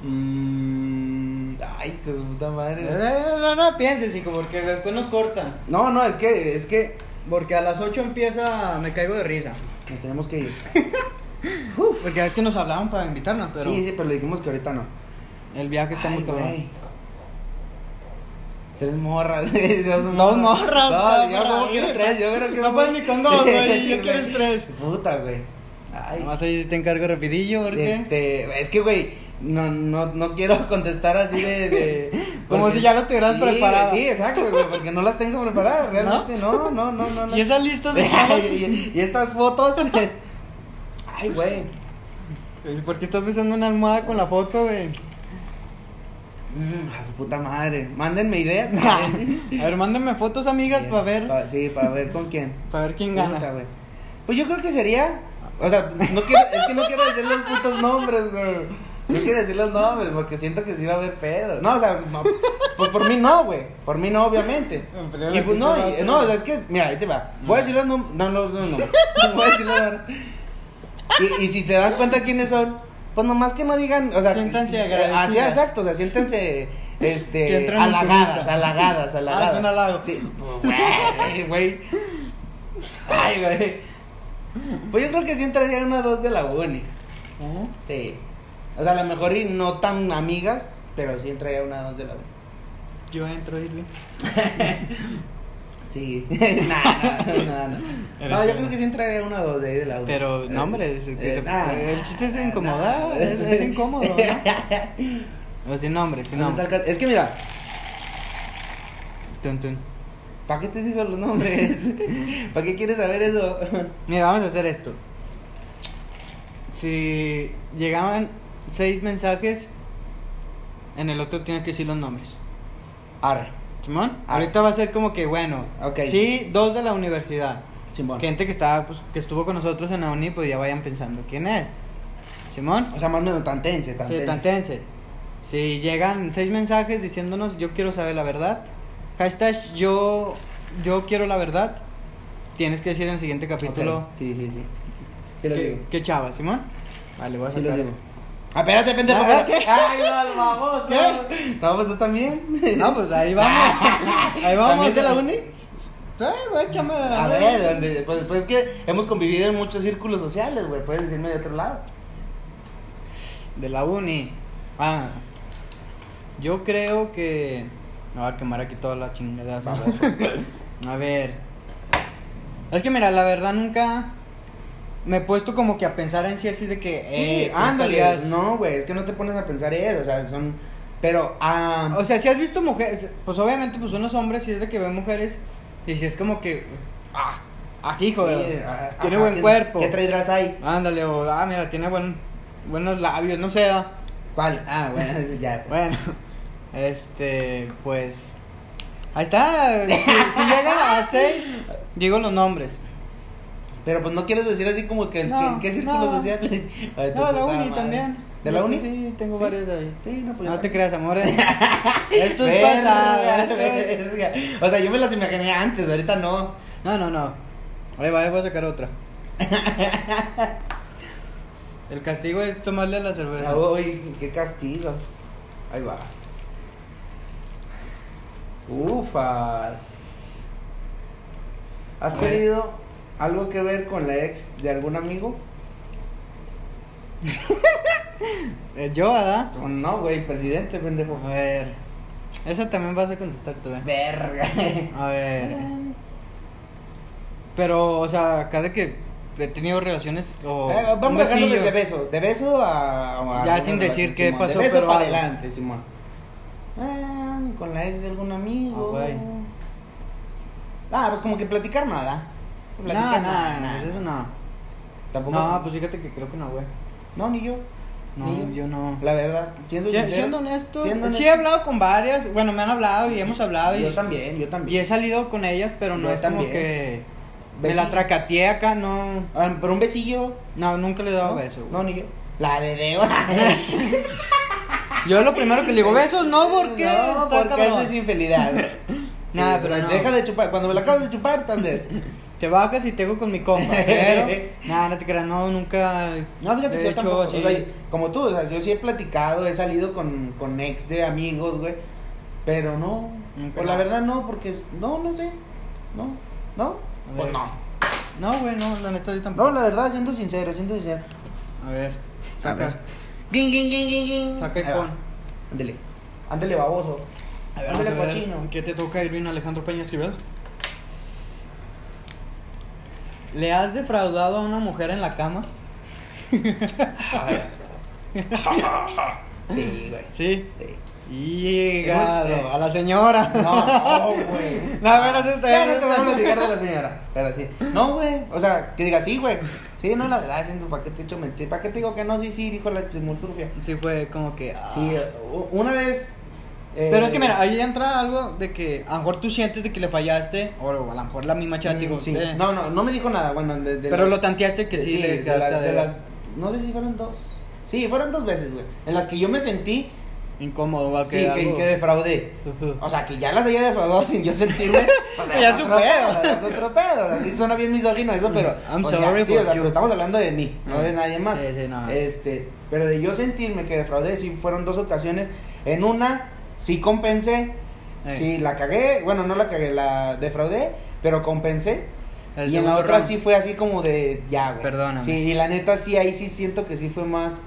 Speaker 2: Mm, Ay, qué puta madre. güey.
Speaker 1: No, no, no pienses, hijo, porque después nos cortan.
Speaker 2: No, no, es que... Es que...
Speaker 1: Porque a las 8 empieza, me caigo de risa.
Speaker 2: Nos tenemos que ir.
Speaker 1: Porque es que nos hablaban para invitarnos, pero
Speaker 2: Sí, sí, pero le dijimos que ahorita no.
Speaker 1: el viaje está
Speaker 2: Ay,
Speaker 1: muy cabrón.
Speaker 2: güey. Tres morras. dos morras.
Speaker 1: Dos morras,
Speaker 2: No, yo
Speaker 1: cabrón.
Speaker 2: creo que tres. Yo creo que
Speaker 1: No puedes ni con dos, güey, ya quieres tres.
Speaker 2: Puta, güey. Ay.
Speaker 1: Nomás ahí te encargo rapidillo, porque...
Speaker 2: Este, es que, güey, no, no, no quiero contestar así de... de-
Speaker 1: Como
Speaker 2: porque-
Speaker 1: si ya lo tuvieras
Speaker 2: sí,
Speaker 1: preparado.
Speaker 2: Sí, exacto, güey, porque no las tengo preparadas, realmente, no, no, no, no. no.
Speaker 1: Y esa lista de...
Speaker 2: Y- y estas fotos... Ay, güey.
Speaker 1: ¿Por qué estás besando una almohada con la foto de...?
Speaker 2: Mm, a su puta madre. Mándenme ideas.
Speaker 1: a ver, mándenme fotos, amigas, para ver,
Speaker 2: Pa- sí, para ver con quién.
Speaker 1: para ver quién
Speaker 2: Puta,
Speaker 1: gana.
Speaker 2: güey. Pues yo creo que sería. O sea, no quiero, es que no quiero decir los putos nombres, güey. No quiero decir los nombres porque siento que sí va a haber pedo. No, o sea, no, pues por mí no, güey. Por mí no, obviamente.
Speaker 1: Me peleó la
Speaker 2: Y pues no,
Speaker 1: pinche
Speaker 2: y- no, o sea, es que, mira, ahí te va. Voy a decir los nombres. No, no, no, no. Voy a decir los nombres. Y, y si se dan cuenta quiénes son, pues nomás que no digan, o sea,
Speaker 1: Siéntanse
Speaker 2: eh, Así,
Speaker 1: agradecidas.
Speaker 2: exacto, o sea, siéntanse
Speaker 1: Que
Speaker 2: este,
Speaker 1: entren en tu
Speaker 2: halagadas,
Speaker 1: lista.
Speaker 2: halagadas, halagadas.
Speaker 1: Ah, es un halago.
Speaker 2: Sí, güey, güey. Ay, güey. Pues yo creo que sí entraría en una dos de la uni.
Speaker 1: Ujú.
Speaker 2: Sí. O sea, a lo mejor y no tan amigas, pero sí entraría en una dos de la uni.
Speaker 1: Yo entro, Irving.
Speaker 2: Sí. Nada, nada,
Speaker 1: Eres
Speaker 2: No, yo
Speaker 1: una.
Speaker 2: creo que sí entraría en una dos de ahí de la uni.
Speaker 1: Pero, no, hombre, es- que
Speaker 2: Eh,
Speaker 1: se-
Speaker 2: nah,
Speaker 1: el chiste es
Speaker 2: nah,
Speaker 1: incomodar,
Speaker 2: nah.
Speaker 1: es, es incómodo, ¿no? O sin nombre, sin
Speaker 2: ¿Dónde está
Speaker 1: nombre.
Speaker 2: el ca- Es que mira,
Speaker 1: Tun, tun.
Speaker 2: ¿para qué te digo los nombres? ¿Para qué quieres saber eso?
Speaker 1: Mira, vamos a hacer esto. si llegaban seis mensajes, en el otro tienes que decir los nombres.
Speaker 2: Arre.
Speaker 1: Simón,
Speaker 2: Ah.
Speaker 1: ahorita va a ser como que bueno,
Speaker 2: Ok.
Speaker 1: sí, dos de la universidad.
Speaker 2: Simón.
Speaker 1: Gente que estaba, pues, que estuvo con nosotros en la uni, pues ya vayan pensando quién es. Simón,
Speaker 2: O sea, más o menos tantense,
Speaker 1: sí,
Speaker 2: tantense.
Speaker 1: tantéense. Si llegan seis mensajes diciéndonos yo quiero saber la verdad, hashtag yo, yo quiero la verdad, tienes que decir en el siguiente capítulo
Speaker 2: Ok, Sí, sí, sí. Sí lo digo.
Speaker 1: ¿Qué, qué chava, Simón? Vale, voy a
Speaker 2: Sí lo
Speaker 1: sacar.
Speaker 2: digo. Ah, espérate, pendejo.
Speaker 1: Ah, ok.
Speaker 2: espérate. Ay, no, el baboso.
Speaker 1: ¿Qué?
Speaker 2: Vamos, tú también.
Speaker 1: no, pues ahí vamos. ahí vamos.
Speaker 2: ¿También de la uni?
Speaker 1: Eh, güey, chama de la
Speaker 2: A
Speaker 1: uni.
Speaker 2: ver, donde- pues, pues es que hemos convivido en muchos círculos sociales, güey. Puedes decirme de otro lado.
Speaker 1: De la uni. Ah. Yo creo que. Me va a quemar aquí toda la chingada.
Speaker 2: Baboso.
Speaker 1: A ver. Es que mira, la verdad nunca. Me he puesto como que a pensar en sí así de que. eh,
Speaker 2: sí,
Speaker 1: ¿qué
Speaker 2: ándale.
Speaker 1: estarías-
Speaker 2: pues, No, güey, es que no te pones a pensar eso. O sea, son. Pero, ah.
Speaker 1: O sea, si has visto mujeres, pues obviamente pues unos hombres si es de que ven mujeres y si es como que ah, ah hijo,
Speaker 2: sí, ah,
Speaker 1: tiene
Speaker 2: ajá,
Speaker 1: buen
Speaker 2: ¿qué-
Speaker 1: cuerpo.
Speaker 2: ¿Qué traerás ahí?
Speaker 1: Ándale, o ah, mira, tiene buen buenos labios, no sé. ah.
Speaker 2: ¿Cuál? Ah, bueno, ya.
Speaker 1: Bueno, este, pues ahí está, si, si llegan a seis, digo los nombres.
Speaker 2: Pero pues no quieres decir así como que el-
Speaker 1: No,
Speaker 2: que- en qué círculos
Speaker 1: no.
Speaker 2: sociales. Ay, pues,
Speaker 1: No, de
Speaker 2: puta
Speaker 1: la uni
Speaker 2: madre.
Speaker 1: también.
Speaker 2: ¿De la uni?
Speaker 1: Sí, tengo
Speaker 2: Sí.
Speaker 1: varios de ahí.
Speaker 2: Sí, no, pues yo
Speaker 1: No te
Speaker 2: también.
Speaker 1: creas, amores. esto es
Speaker 2: Verga,
Speaker 1: pasado, esto es-
Speaker 2: verga. O sea, yo me las imaginé antes, ahorita no.
Speaker 1: No, no, no. Ahí va, ahí voy a sacar otra. El castigo es tomarle la cerveza.
Speaker 2: Ah, Uy, qué castigo. Ahí va. Ufas. ¿Has
Speaker 1: Oye.
Speaker 2: tenido algo que ver con la ex de algún amigo?
Speaker 1: Eh, yo, ¿verdad?
Speaker 2: O no, güey, presidente, pendejo.
Speaker 1: A ver. Esa también vas a contestar tú, eh.
Speaker 2: Verga.
Speaker 1: A ver. Pero, o sea, acá de que he tenido relaciones o.
Speaker 2: Eh,
Speaker 1: un
Speaker 2: vamos a dejarlo
Speaker 1: besillo.
Speaker 2: desde beso, de beso a... a-
Speaker 1: Ya
Speaker 2: a-
Speaker 1: sin
Speaker 2: a-
Speaker 1: decir qué
Speaker 2: Simón,
Speaker 1: pasó,
Speaker 2: De beso
Speaker 1: pero
Speaker 2: para
Speaker 1: algo.
Speaker 2: adelante, Simón. Ah, con la ex de algún amigo.
Speaker 1: Ah, güey.
Speaker 2: Ah, pues como que platicar nada.
Speaker 1: No,
Speaker 2: Platicar
Speaker 1: no, no, eso no.
Speaker 2: Tampoco.
Speaker 1: No, pues fíjate que creo que no, güey.
Speaker 2: No, ni yo.
Speaker 1: No,
Speaker 2: ni yo.
Speaker 1: yo no.
Speaker 2: La verdad, siendo
Speaker 1: Si-
Speaker 2: sincero,
Speaker 1: siendo honesto,
Speaker 2: siendo
Speaker 1: sí he
Speaker 2: honesto,
Speaker 1: hablado con varias. Bueno, me han hablado y hemos hablado. y,
Speaker 2: Yo también, yo
Speaker 1: Y
Speaker 2: también.
Speaker 1: he salido con ellas, pero no
Speaker 2: Yo
Speaker 1: es
Speaker 2: también.
Speaker 1: como que. Me
Speaker 2: Besillo.
Speaker 1: la tracateé acá, no.
Speaker 2: Ah, pero un besillo.
Speaker 1: No, nunca le he dado
Speaker 2: ¿no?
Speaker 1: besos.
Speaker 2: No, ni yo. La de Deo.
Speaker 1: Yo lo primero que le digo, besos no, porque.
Speaker 2: No,
Speaker 1: está
Speaker 2: porque
Speaker 1: cabrón.
Speaker 2: eso es infidelidad.
Speaker 1: Nah,
Speaker 2: Sí,
Speaker 1: pero no.
Speaker 2: Deja de chupar. Cuando me la acabas de chupar, tal vez.
Speaker 1: Te bajas y te hago con mi compa, pero. Nada, no te creas, no, nunca.
Speaker 2: No, fíjate
Speaker 1: he
Speaker 2: que yo
Speaker 1: hecho
Speaker 2: tampoco. o
Speaker 1: así.
Speaker 2: sea, como tú, o sea, yo sí he platicado, he salido con, con ex de amigos, güey. Pero no.
Speaker 1: Nunca
Speaker 2: Pues la
Speaker 1: no.
Speaker 2: verdad no, porque es- no, no sé. No, no.
Speaker 1: A ver.
Speaker 2: Pues no.
Speaker 1: No, güey, no, la neta yo tampoco.
Speaker 2: No, la verdad, siendo sincero, siendo sincero.
Speaker 1: A ver,
Speaker 2: A
Speaker 1: saca.
Speaker 2: ver. Ging, ging, ging, ging, ging.
Speaker 1: Saca y
Speaker 2: Ahí va.
Speaker 1: pon.
Speaker 2: Ándele. Ándele, baboso.
Speaker 1: A ver,
Speaker 2: Ándele,
Speaker 1: vamos a ver,
Speaker 2: cochino.
Speaker 1: ¿Qué te toca, Irving Alejandro Peña Esquivel? ¿Le has defraudado a una mujer en la cama?
Speaker 2: Sí, güey.
Speaker 1: Sí.
Speaker 2: Sí.
Speaker 1: Llegado, a la señora.
Speaker 2: No, no, güey.
Speaker 1: No, a ver, eso está
Speaker 2: Ya
Speaker 1: bien,
Speaker 2: no te voy a
Speaker 1: eso está bien.
Speaker 2: platicar de la señora. Pero sí. No, güey. O sea, que diga sí, güey. Sí, no, la verdad, siento, ¿para qué te he hecho mentir? ¿Para qué te digo que no? Sí, sí, dijo la chimultrufia.
Speaker 1: Sí, fue como que. ah.
Speaker 2: Sí, u- una vez. eh,
Speaker 1: Pero es que mira, ahí entra algo de que a lo mejor tú sientes de que le fallaste, o a lo mejor la misma chat digo,
Speaker 2: mm, sí.
Speaker 1: eh,
Speaker 2: No, no, no me dijo nada. Bueno, de, de
Speaker 1: pero
Speaker 2: las-
Speaker 1: lo tanteaste que
Speaker 2: de-
Speaker 1: sí, le
Speaker 2: de
Speaker 1: quedaste
Speaker 2: las-
Speaker 1: a
Speaker 2: de
Speaker 1: deber.
Speaker 2: las- No sé si fueron dos. Sí, fueron dos veces, güey. En las que yo me sentí.
Speaker 1: incómodo, va a
Speaker 2: Sí,
Speaker 1: quedar
Speaker 2: que,
Speaker 1: algo.
Speaker 2: que defraudé.
Speaker 1: Ujú.
Speaker 2: O sea, que ya las haya defraudado sin yo sentirme. O sea,
Speaker 1: Ya
Speaker 2: es
Speaker 1: es
Speaker 2: otro
Speaker 1: un pedo.
Speaker 2: pedo. Es otro pedo. Así suena bien misógino eso, pero.
Speaker 1: I'm
Speaker 2: o sea,
Speaker 1: sorry
Speaker 2: sí, o
Speaker 1: for
Speaker 2: sea,
Speaker 1: you.
Speaker 2: pero estamos hablando de mí, no de
Speaker 1: Mm.
Speaker 2: nadie más.
Speaker 1: Sí, sí, no.
Speaker 2: Este, pero de yo sentirme que defraudé, sí fueron dos ocasiones. En una, sí compensé.
Speaker 1: Eh.
Speaker 2: Sí, la cagué. Bueno, no la cagué, la defraudé, pero compensé.
Speaker 1: El
Speaker 2: y en la
Speaker 1: segundo
Speaker 2: otra
Speaker 1: round.
Speaker 2: sí fue así como de ya, güey.
Speaker 1: Perdóname.
Speaker 2: Sí, y la neta sí, ahí sí siento que sí fue más.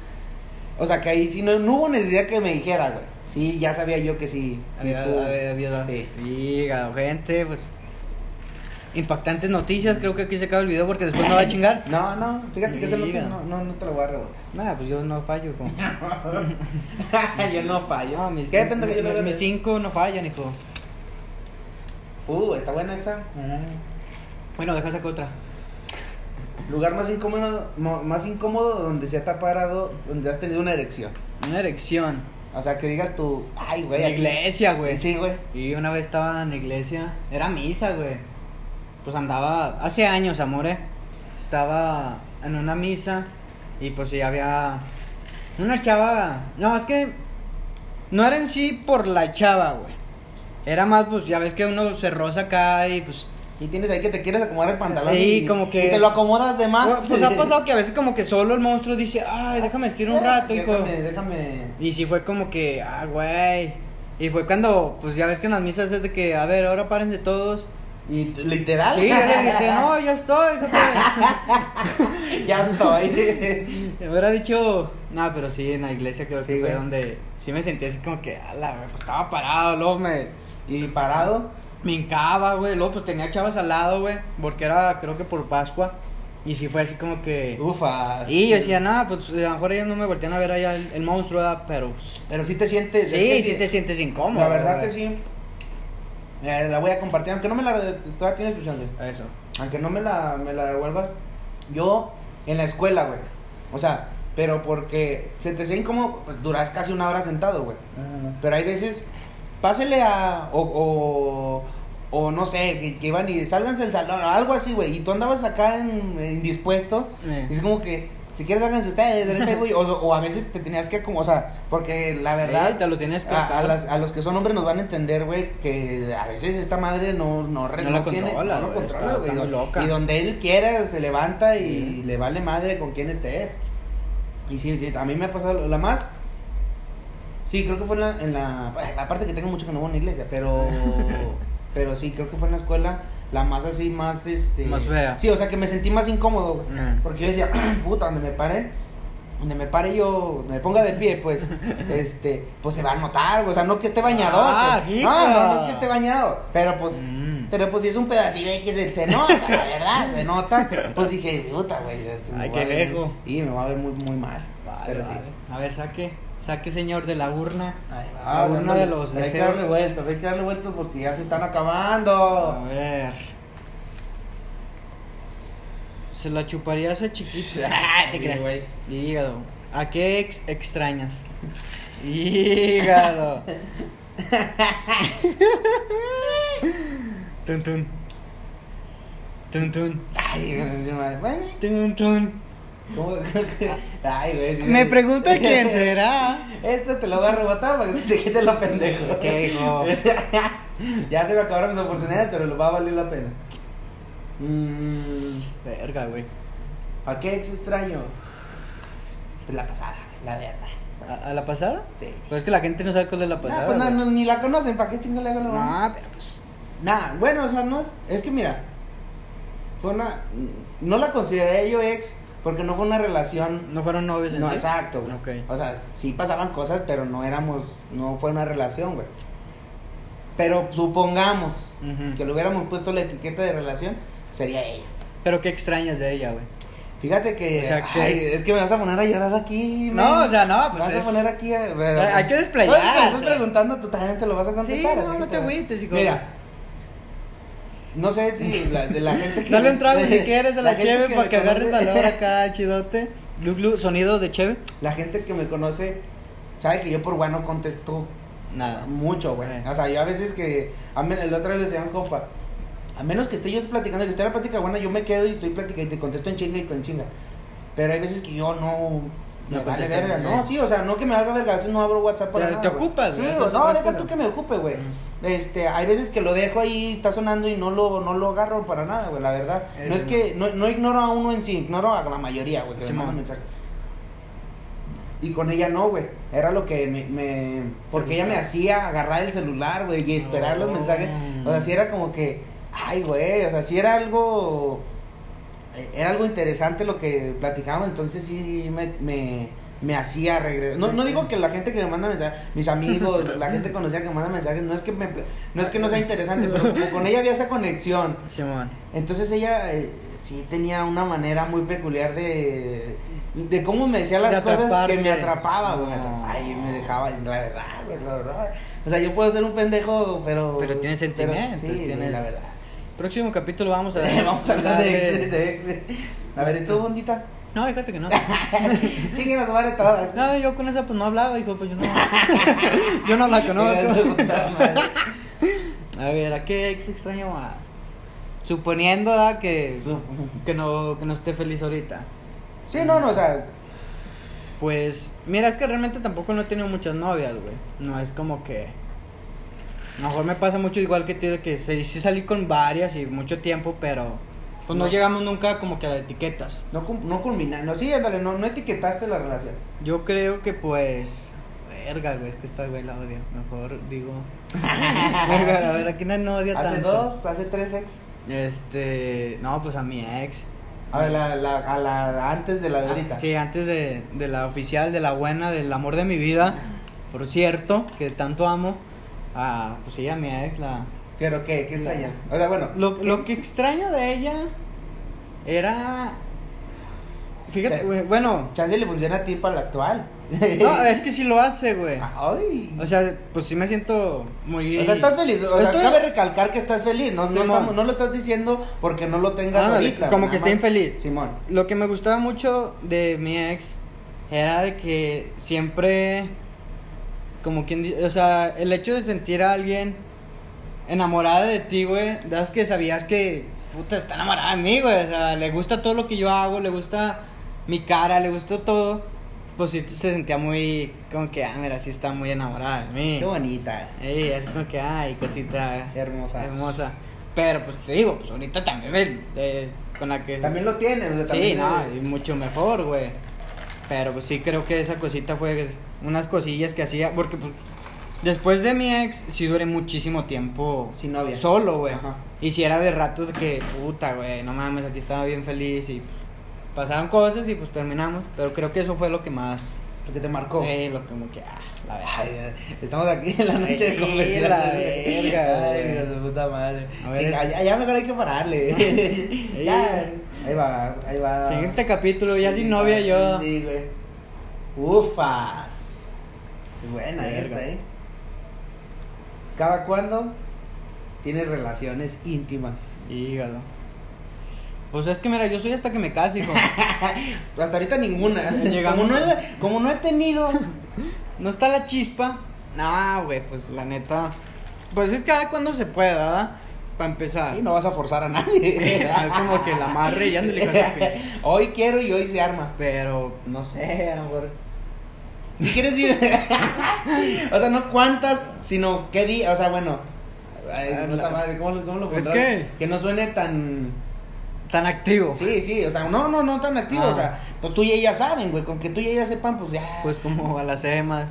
Speaker 2: O sea, que ahí sí no, no hubo necesidad que me dijera, güey. Sí, ya sabía yo que sí. sí
Speaker 1: Había,
Speaker 2: estuvo.
Speaker 1: había- había dado-
Speaker 2: Sí.
Speaker 1: Hígado, gente, pues. Impactantes noticias, creo que aquí se acaba el video porque después no va a chingar.
Speaker 2: No, no, fíjate que ese no, te-
Speaker 1: Mira.
Speaker 2: no, no, no te lo voy a rebotar.
Speaker 1: Nada, pues yo no fallo, hijo.
Speaker 2: yo no fallo.
Speaker 1: No, mis,
Speaker 2: ¿Qué depende que yo
Speaker 1: mis-
Speaker 2: no
Speaker 1: mis cinco no fallan, hijo.
Speaker 2: Uh, está buena esa.
Speaker 1: Bueno, deja sacar otra.
Speaker 2: Lugar más incómodo, mo- más incómodo donde se ha tapado, donde has tenido una erección.
Speaker 1: Una erección.
Speaker 2: O sea, que digas tú, ay, güey.
Speaker 1: la
Speaker 2: aquí-
Speaker 1: iglesia, güey.
Speaker 2: Sí, güey.
Speaker 1: Y una vez estaba en la iglesia, era misa, güey. Pues andaba, hace años, amore. Estaba en una misa y pues ya había una chava. No, es que no era en sí por la chava, güey. Era más, pues ya ves que uno se roza acá y pues.
Speaker 2: Sí, tienes ahí que te quieres acomodar el pantalón.
Speaker 1: Sí,
Speaker 2: y,
Speaker 1: como que-
Speaker 2: y te lo acomodas de más.
Speaker 1: Pues, ha pasado que a veces como que solo el monstruo dice, ay, déjame estirar un
Speaker 2: Ah,
Speaker 1: rato, hijo.
Speaker 2: Déjame, déjame.
Speaker 1: Y sí fue como que, ah, güey. Y fue cuando, pues ya ves que en las misas es de que, a ver, ahora párense todos.
Speaker 2: Y t- literal.
Speaker 1: Sí, yo le grité, no, ya estoy, jefe".
Speaker 2: ya estoy.
Speaker 1: Me hubiera dicho, no, pero sí, en la iglesia creo que
Speaker 2: Sí,
Speaker 1: fue
Speaker 2: güey.
Speaker 1: donde sí me sentí así como que, ala, güey, pues estaba parado, luego me,
Speaker 2: y parado.
Speaker 1: me hincaba, güey, luego pues tenía chavas al lado, güey, porque era, creo que por Pascua, y sí fue así como que...
Speaker 2: Ufas.
Speaker 1: y Uh, yo decía, nada, pues a lo mejor ellas no me voltean a ver allá el, el monstruo, ¿verdad? pero... pues,
Speaker 2: Pero sí te sientes.
Speaker 1: Sí,
Speaker 2: es que
Speaker 1: sí, te sientes incómodo.
Speaker 2: La verdad
Speaker 1: güey.
Speaker 2: que sí. Eh, la voy a compartir, aunque no me la. Todavía tienes tu chance.
Speaker 1: Eso.
Speaker 2: Aunque no me la, me la devuelvas. Yo en la escuela, güey. O sea, pero porque se te sea incómodo, pues duras casi una hora sentado, güey. Pero hay veces, pásele a. O, o, o no sé, que, que iban y sálganse del salón, o algo así, güey. Y tú andabas acá en- indispuesto.
Speaker 1: Eh.
Speaker 2: y es como que, si quieres, háganse ustedes, ahorita, güey. O, o a veces te tenías que, como, o sea, porque la verdad.
Speaker 1: Sí, te lo tienes que
Speaker 2: A, a
Speaker 1: acatar.
Speaker 2: las- a los que son hombres nos van a entender, güey, que a veces esta madre no, no, re-
Speaker 1: No la
Speaker 2: tiene-
Speaker 1: controla,
Speaker 2: no lo
Speaker 1: güey,
Speaker 2: controla,
Speaker 1: está-
Speaker 2: güey.
Speaker 1: está muy loca.
Speaker 2: Y donde él quiera se levanta y
Speaker 1: Sí.
Speaker 2: le vale madre con quién estés. Y sí, sí, a mí me ha pasado la más. Sí, creo que fue en la, en la. Aparte que tengo mucho que no voy a una iglesia, pero. pero sí, creo que fue en la escuela la más así, más este.
Speaker 1: Más fea.
Speaker 2: Sí, o sea que me sentí más incómodo, güey.
Speaker 1: Mm.
Speaker 2: Porque yo decía, puta, donde me paren, donde me pare yo, donde me ponga de pie, pues, este, pues se va a notar, güey, o sea, no que esté bañado.
Speaker 1: Ah,
Speaker 2: pues,
Speaker 1: hija.
Speaker 2: no, no, no es que esté bañado, pero pues,
Speaker 1: Mm.
Speaker 2: pero pues si es un pedacito que se, se nota, la verdad, se nota. Pues dije, puta, güey, este, me
Speaker 1: Ay,
Speaker 2: voy a
Speaker 1: qué
Speaker 2: ver-
Speaker 1: lejos.
Speaker 2: Y me va a ver muy, muy mal.
Speaker 1: Vale,
Speaker 2: pero
Speaker 1: vale.
Speaker 2: sí.
Speaker 1: A ver, saque, saque señor de la urna.
Speaker 2: Ah,
Speaker 1: uno
Speaker 2: bueno,
Speaker 1: de los
Speaker 2: hay que
Speaker 1: deseos.
Speaker 2: darle vueltas, hay que darle vueltas porque ya se están acabando.
Speaker 1: A ver. Se la chuparías a chiquito.
Speaker 2: Ah, te
Speaker 1: Sí,
Speaker 2: creas.
Speaker 1: güey. Hígado. ¿A qué ex extrañas? Hígado. tun tun. Tun tun.
Speaker 2: Ay, güey, madre. Bueno,
Speaker 1: Tun tun.
Speaker 2: ¿cómo? Ay, güey. sí,
Speaker 1: Me
Speaker 2: güey.
Speaker 1: pregunto quién será.
Speaker 2: Este te lo voy a arrebatar para que se te quite lo pendejo.
Speaker 1: ¿Qué hijo?
Speaker 2: ya se me acabaron mis oportunidades, pero lo va a valer la pena. Mm,
Speaker 1: Verga, güey.
Speaker 2: ¿A qué ex extraño? Pues la pasada, la verdad.
Speaker 1: ¿A, a la pasada?
Speaker 2: Sí.
Speaker 1: Pues es que la gente no sabe cuál es la pasada.
Speaker 2: Nah, pues no,
Speaker 1: güey.
Speaker 2: no, ni la conocen, ¿para qué chingale hago la mamá?
Speaker 1: No, pero pues.
Speaker 2: Nah, bueno, o sea, no es. Es que mira, fue una. No la consideré yo ex porque no fue una relación.
Speaker 1: No fueron novios en
Speaker 2: No,
Speaker 1: sí?
Speaker 2: exacto, güey.
Speaker 1: Ok.
Speaker 2: O sea, sí pasaban cosas, pero no éramos. No fue una relación, güey. Pero supongamos
Speaker 1: Ujú.
Speaker 2: que le hubiéramos puesto la etiqueta de relación, sería ella.
Speaker 1: Pero qué extrañas de ella, güey.
Speaker 2: Fíjate que.
Speaker 1: O sea, que
Speaker 2: ay,
Speaker 1: es-
Speaker 2: es... que me vas a poner a llorar aquí.
Speaker 1: No,
Speaker 2: men.
Speaker 1: o sea, no,
Speaker 2: Me
Speaker 1: pues
Speaker 2: vas
Speaker 1: es-
Speaker 2: a poner aquí. a- pero-
Speaker 1: Hay- hay que desplayar.
Speaker 2: Bueno, te estás preguntando, tú también te lo vas a contestar.
Speaker 1: Sí, no,
Speaker 2: así que pues,
Speaker 1: no te agüites, hijo.
Speaker 2: Mira. No sé si la, de la gente que.
Speaker 1: Dale un trago si quieres a la,
Speaker 2: gente
Speaker 1: cheve para
Speaker 2: me
Speaker 1: que agarres
Speaker 2: conoce-
Speaker 1: valor acá, chidote. Glu, glu, sonido de cheve.
Speaker 2: La gente que me conoce sabe que yo por guano contesto
Speaker 1: Nada.
Speaker 2: Mucho, güey.
Speaker 1: Eh.
Speaker 2: O sea, yo a veces que. A men- el otra vez le decía a un compa. A menos que esté yo platicando, que esté la plática buena, yo me quedo y estoy platicando y te contesto en chinga y con chinga. Pero hay veces que yo no. Me
Speaker 1: No
Speaker 2: vale
Speaker 1: contestas,
Speaker 2: verga,
Speaker 1: eh.
Speaker 2: no, sí, o sea, no que me haga verga, a veces no abro WhatsApp para
Speaker 1: Te-
Speaker 2: nada,
Speaker 1: te
Speaker 2: güey.
Speaker 1: ocupas,
Speaker 2: Sí,
Speaker 1: güey,
Speaker 2: o
Speaker 1: esas son
Speaker 2: no,
Speaker 1: las
Speaker 2: deja
Speaker 1: cosas.
Speaker 2: tú que me ocupe, güey. Este, hay veces que lo dejo ahí, está sonando y no lo, no lo agarro para nada, güey, la verdad.
Speaker 1: Eh,
Speaker 2: no es que, no, no ignoro a uno en sí, ignoro a la mayoría, güey, que me
Speaker 1: Simón.
Speaker 2: mandan mensajes. Y con ella no, güey. Era lo que me. me- porque ella me hacía agarrar el celular, güey, y esperar
Speaker 1: Oh.
Speaker 2: los mensajes. O sea, sí era como que. Ay, güey. O sea, sí era algo. eh, Era algo interesante lo que platicábamos. Entonces sí me. me me hacía regresar. No, no digo que la gente que me manda mensajes, mis amigos, la gente conocida que me manda mensajes, no es que me, no es que no sea interesante, pero como con ella había esa conexión.
Speaker 1: Simón.
Speaker 2: Entonces ella eh, sí tenía una manera muy peculiar de, de cómo me decía las
Speaker 1: De Ah.
Speaker 2: cosas que me
Speaker 1: atraparte.
Speaker 2: atrapaba, güey. me
Speaker 1: No.
Speaker 2: atrapaba y me dejaba, la verdad, güey, la verdad. O sea, yo puedo ser un pendejo, pero.
Speaker 1: Pero tienes sentimientos,
Speaker 2: sí,
Speaker 1: tienes-
Speaker 2: la verdad.
Speaker 1: Próximo capítulo vamos a ver.
Speaker 2: Vamos a hablar de ex, de ex. A ver, ¿y tú, bondita?
Speaker 1: No, fíjate que no.
Speaker 2: Chinguen a su madre todas.
Speaker 1: No, yo con esa pues no hablaba, hijo, pues yo no. yo no la
Speaker 2: Mira,
Speaker 1: conozco.
Speaker 2: su puta madre.
Speaker 1: A ver, ¿a qué ex extraño más? Suponiendo ¿verdad? que,
Speaker 2: Su-
Speaker 1: que, no, que no esté feliz ahorita.
Speaker 2: Sí, no, no, o sea,
Speaker 1: Pues, mira, es que realmente tampoco no he tenido muchas novias, güey. No es como que. A lo mejor me pasa mucho igual que a ti, de que sí, sí salí con varias y mucho tiempo, pero. Pues no,
Speaker 2: No.
Speaker 1: llegamos nunca como que a las etiquetas.
Speaker 2: no, cum- no culmina. No, sí, ándale, no, no etiquetaste la relación.
Speaker 1: Yo creo que pues. Verga, güey, es que esta güey la odio. Mejor digo. verga, a ver, aquí no odia
Speaker 2: Hace
Speaker 1: tanto.
Speaker 2: dos, hace tres ex.
Speaker 1: Este. No, pues a mi ex.
Speaker 2: A ver, la, la, a la antes de la de ahorita.
Speaker 1: Ah, Sí, antes de, de la oficial, de la buena, del amor de mi vida, por cierto, que tanto amo, a, pues ella, mi ex, la...
Speaker 2: ¿Pero qué? ¿Qué
Speaker 1: La-
Speaker 2: extrañas? O sea, bueno.
Speaker 1: Lo, lo que extraño de ella era... Fíjate,
Speaker 2: Sí.
Speaker 1: güey, bueno,
Speaker 2: Chance le funciona a ti para la actual.
Speaker 1: no, es que sí lo hace, güey.
Speaker 2: Ay.
Speaker 1: O sea, pues sí me siento muy...
Speaker 2: Ah. O sea, estás feliz. O sea,
Speaker 1: Estoy-
Speaker 2: cabe recalcar que estás feliz. No, no,
Speaker 1: Simón.
Speaker 2: estamos- no lo estás diciendo porque no lo tengas
Speaker 1: Ándale,
Speaker 2: ahorita.
Speaker 1: como que
Speaker 2: nada
Speaker 1: está
Speaker 2: más.
Speaker 1: infeliz.
Speaker 2: Simón.
Speaker 1: Lo que me gustaba mucho de mi ex era de que siempre, como quien dice, o sea, el hecho de sentir a alguien enamorada de ti, güey, das que sabías que, puta, está enamorada de mí, güey, o sea, le gusta todo lo que yo hago, le gusta mi cara, le gustó todo, pues sí se sentía muy, como que, ah, mira, sí está muy enamorada de mí.
Speaker 2: Qué bonita.
Speaker 1: Ey, así como que, ay, cosita
Speaker 2: Hermosa.
Speaker 1: hermosa. Pero, pues, te digo, pues, ahorita también, ven, eh, con la que...
Speaker 2: También lo tienes. o sea,
Speaker 1: Sí,
Speaker 2: también-
Speaker 1: no, y mucho mejor, güey. Pero pues sí creo que esa cosita fue unas cosillas que hacía, porque pues después de mi ex sí duré muchísimo tiempo
Speaker 2: Sin novia.
Speaker 1: solo, güey.
Speaker 2: Ajá.
Speaker 1: Y si era de ratos de que, puta, güey, no mames, aquí estaba bien feliz y pues pasaban cosas y pues terminamos, pero creo que eso fue lo que más
Speaker 2: Lo que te marcó.
Speaker 1: eh, lo que como que ah, la verdad.
Speaker 2: Ay, estamos aquí en la noche de
Speaker 1: Sí,
Speaker 2: confesiones.
Speaker 1: la verga,
Speaker 2: Ay,
Speaker 1: güey.
Speaker 2: hijo de puta madre.
Speaker 1: A ver,
Speaker 2: Chica,
Speaker 1: es-
Speaker 2: ya, ya mejor hay que pararle. ya. Ahí va, ahí va.
Speaker 1: Siguiente capítulo, ya sin novia
Speaker 2: Ah. sí,
Speaker 1: yo.
Speaker 2: Sí, güey. Ufa. Qué Buena
Speaker 1: Verga.
Speaker 2: esta, eh. ¿Cada cuándo tienes relaciones íntimas?
Speaker 1: Hígado. Pues es que mira, yo soy hasta que me case, hijo.
Speaker 2: Hasta ahorita ninguna.
Speaker 1: Llegamos
Speaker 2: Como no,
Speaker 1: a-
Speaker 2: he- como no he tenido.
Speaker 1: No está la chispa. No, güey, pues la neta. Pues es cada cuando se pueda, ¿verdad? Para empezar.
Speaker 2: Sí, no vas a forzar a nadie.
Speaker 1: es como que la amarre y ya le cae
Speaker 2: hoy quiero y hoy se arma.
Speaker 1: Pero, no sé, a lo mejor.
Speaker 2: Si quieres di- o sea, no cuántas, sino qué día. O sea, bueno. Ay,
Speaker 1: Ah,
Speaker 2: puta
Speaker 1: la-
Speaker 2: madre, ¿cómo, lo- cómo lo
Speaker 1: Es
Speaker 2: pondrás?
Speaker 1: que-
Speaker 2: Que no suene tan.
Speaker 1: Tan activo.
Speaker 2: Sí, sí, o sea, no, no, no tan activo.
Speaker 1: Ah.
Speaker 2: O sea, pues tú y ella saben, güey. Con que tú y ella sepan, pues ya.
Speaker 1: Pues como a las emas.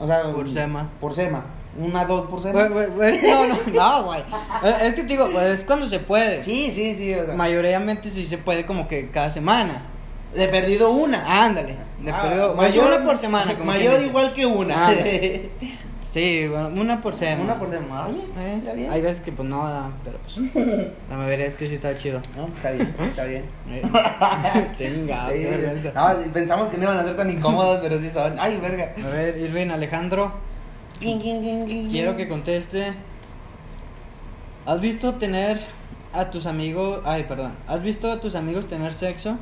Speaker 2: o sea,
Speaker 1: por
Speaker 2: un-
Speaker 1: sema.
Speaker 2: Por sema. Una, dos por sema.
Speaker 1: Güey, güey, güey, No, no, no, güey. Es- Es que te digo, pues, es cuando se puede.
Speaker 2: Sí, sí, sí. O sea,
Speaker 1: Mayoritariamente sí se puede como que cada semana.
Speaker 2: de perdido una.
Speaker 1: Ándale. De perdido- mayor una por semana. como quien
Speaker 2: Ah, Mayor
Speaker 1: dice.
Speaker 2: igual que una.
Speaker 1: Ah, Sí, bueno, una por semana.
Speaker 2: una por sema. Oye,
Speaker 1: Eh,
Speaker 2: está bien.
Speaker 1: Hay veces que pues no da, pero pues la mayoría es que sí está chido.
Speaker 2: No, está bien, está bien.
Speaker 1: Eh, Chingado, qué
Speaker 2: Sí,
Speaker 1: vergüenza.
Speaker 2: no, sí, pensamos que no iban a ser tan incómodos, pero sí son. Ay, verga.
Speaker 1: A ver, Irvin Alejandro, quiero que conteste. ¿Has visto tener a tus amigos, ay, perdón, ¿has visto a tus amigos tener sexo?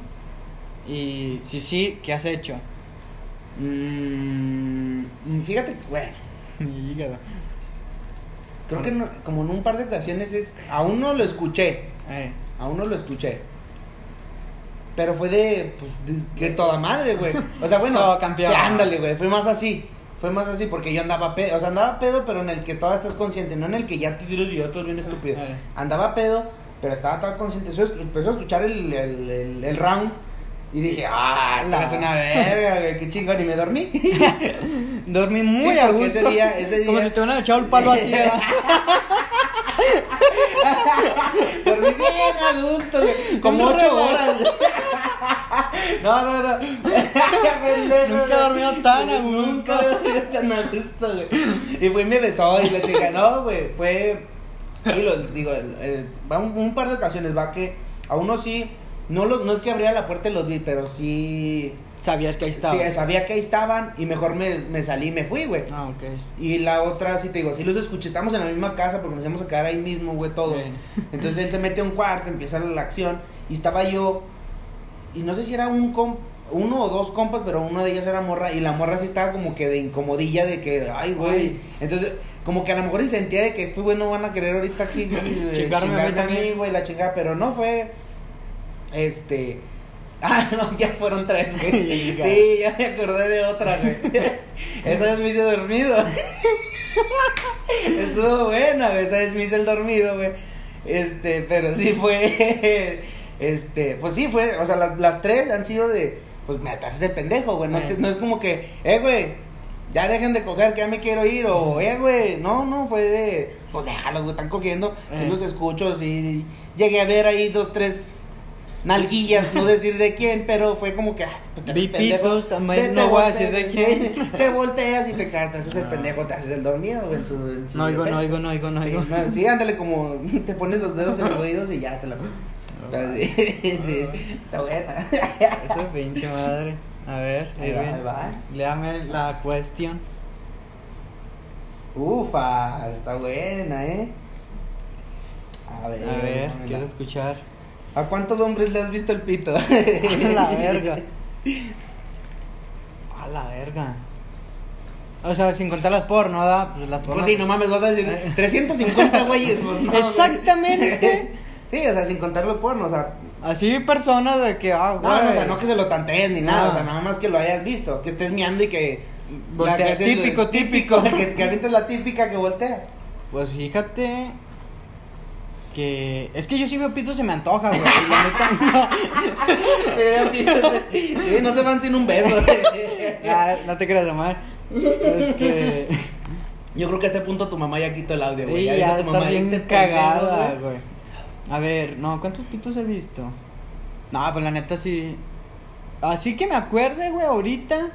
Speaker 1: Y si sí, ¿qué has hecho?
Speaker 2: Mm, fíjate, bueno,
Speaker 1: Hígado.
Speaker 2: creo que no- como en un par de ocasiones es. Aún no lo escuché.
Speaker 1: Eh,
Speaker 2: Aún no lo escuché. Pero fue de. Pues, de, de toda madre, güey. O sea, bueno.
Speaker 1: So, campeón.
Speaker 2: sí, ándale, güey. Fue más así. Fue más así porque yo andaba pedo. O sea, andaba pedo, pero en el que toda estás consciente. No en el que ya te tiros y otros bien estúpido.
Speaker 1: Eh.
Speaker 2: Andaba pedo, pero estaba toda consciente. Eso es- empezó a escuchar el, el, el- el round. Y dije, ah, esta
Speaker 1: La-
Speaker 2: es una verga, güey, qué chingón. Y me dormí.
Speaker 1: Dormí muy
Speaker 2: Sí,
Speaker 1: a
Speaker 2: porque
Speaker 1: gusto.
Speaker 2: ese día- ese
Speaker 1: Como
Speaker 2: día-
Speaker 1: si te hubieran echado el palo a ti. ¿verdad?
Speaker 2: Dormí bien a gusto, güey. Como
Speaker 1: Un
Speaker 2: ocho
Speaker 1: relax.
Speaker 2: horas. No, no, no. Pendejo,
Speaker 1: Nunca he dormido tan a gusto.
Speaker 2: Nunca he dormido tan a gusto, güey. Y fue y me besó y la chica, no, güey. Fue. Y lo digo, el- el- va un, un par de ocasiones, va que a uno sí. No, los, no es que abría la puerta y los vi, pero sí.
Speaker 1: Sabías que ahí estaba.
Speaker 2: Sí, sabía que ahí estaban y mejor me, me salí y me fui, güey.
Speaker 1: Ah, ok.
Speaker 2: Y la otra, sí te digo, sí los escuché, estamos en la misma casa porque nos íbamos a quedar ahí mismo, güey, todo.
Speaker 1: Bien.
Speaker 2: Entonces él se mete a un cuarto, empieza la acción y estaba yo, y no sé si era un com- uno o dos compas, pero una de ellas era morra y la morra sí estaba como que de incomodilla de que, ay, güey.
Speaker 1: Ay.
Speaker 2: Entonces, como que a lo mejor sí sentía de que estos, güey, no van a querer ahorita aquí güey,
Speaker 1: Chingarme a mí
Speaker 2: chingarme a mí,
Speaker 1: también.
Speaker 2: güey, la chingada, pero no fue, este... Ah, no, ya fueron tres, güey.
Speaker 1: Ya.
Speaker 2: Sí, ya me acordé de otra, güey. Esa vez me hice dormido. Estuvo buena, güey. Esa vez me hice el dormido, güey. Este, pero sí fue. Este, pues sí fue. O sea, las, las tres han sido de. Pues me atas ese pendejo, güey. No,
Speaker 1: Eh.
Speaker 2: te- no es como que, eh, güey. Ya dejen de coger, que ya me quiero ir. O, eh, güey. No, no, fue de. Pues déjalos, güey. Están cogiendo. Sí
Speaker 1: Eh.
Speaker 2: los escucho, sí. Llegué a ver ahí dos, tres nalguillas, no decir de quién, pero fue como que. ah, pues, te haces
Speaker 1: Vi
Speaker 2: pendejo.
Speaker 1: pitos, también
Speaker 2: Te-
Speaker 1: no
Speaker 2: te
Speaker 1: voy a decir
Speaker 2: volteas,
Speaker 1: de quién.
Speaker 2: Te volteas y te caes, te haces el
Speaker 1: Ah.
Speaker 2: pendejo, te haces el dormido, güey. en su- en su
Speaker 1: No oigo, no
Speaker 2: defecto.
Speaker 1: oigo, no oigo, no
Speaker 2: Sí,
Speaker 1: oigo.
Speaker 2: no, sí, ándale como te pones los dedos en los oídos y ya te la Pero sí, sí,
Speaker 1: Ah.
Speaker 2: está buena.
Speaker 1: Eso pinche madre. A ver,
Speaker 2: Ahí va, ahí va.
Speaker 1: Léame la cuestión.
Speaker 2: Ufa, está buena, ¿eh? A
Speaker 1: A
Speaker 2: ver,
Speaker 1: ver,
Speaker 2: dámela.
Speaker 1: quiero escuchar.
Speaker 2: ¿A cuántos hombres le has visto el pito?
Speaker 1: A la verga. A la verga. O sea, sin contar las porno, ¿verdad? Pues las porno.
Speaker 2: Pues sí, no mames, vas a decir
Speaker 1: Eh.
Speaker 2: 350 güeyes, pues no. güey.
Speaker 1: Exactamente.
Speaker 2: Sí, o sea, sin contarlo el porno, o sea,
Speaker 1: Así vi personas de que, ah,
Speaker 2: No, no, o sea,
Speaker 1: güey.
Speaker 2: no que se lo tantees ni nada,
Speaker 1: No.
Speaker 2: o sea, nada más que lo hayas visto, que estés miando y que...
Speaker 1: Voltea,
Speaker 2: que haces-
Speaker 1: típico, típico.
Speaker 2: Que, que avientes la típica que volteas.
Speaker 1: Pues fíjate que es que yo sí veo pito se me antoja, güey. y La neta no.
Speaker 2: Sí, no se van sin un beso.
Speaker 1: Ah, no te creas, mamá. Es que
Speaker 2: Yo creo que a este punto tu mamá ya quitó el audio, güey.
Speaker 1: Sí,
Speaker 2: dijo
Speaker 1: ya
Speaker 2: tu
Speaker 1: está
Speaker 2: mamá,
Speaker 1: bien
Speaker 2: "Este
Speaker 1: cagada,
Speaker 2: pendejo,
Speaker 1: güey. A ver, no, ¿cuántos pitos he visto? No, pues la neta sí. Así que me acuerde, güey, ahorita.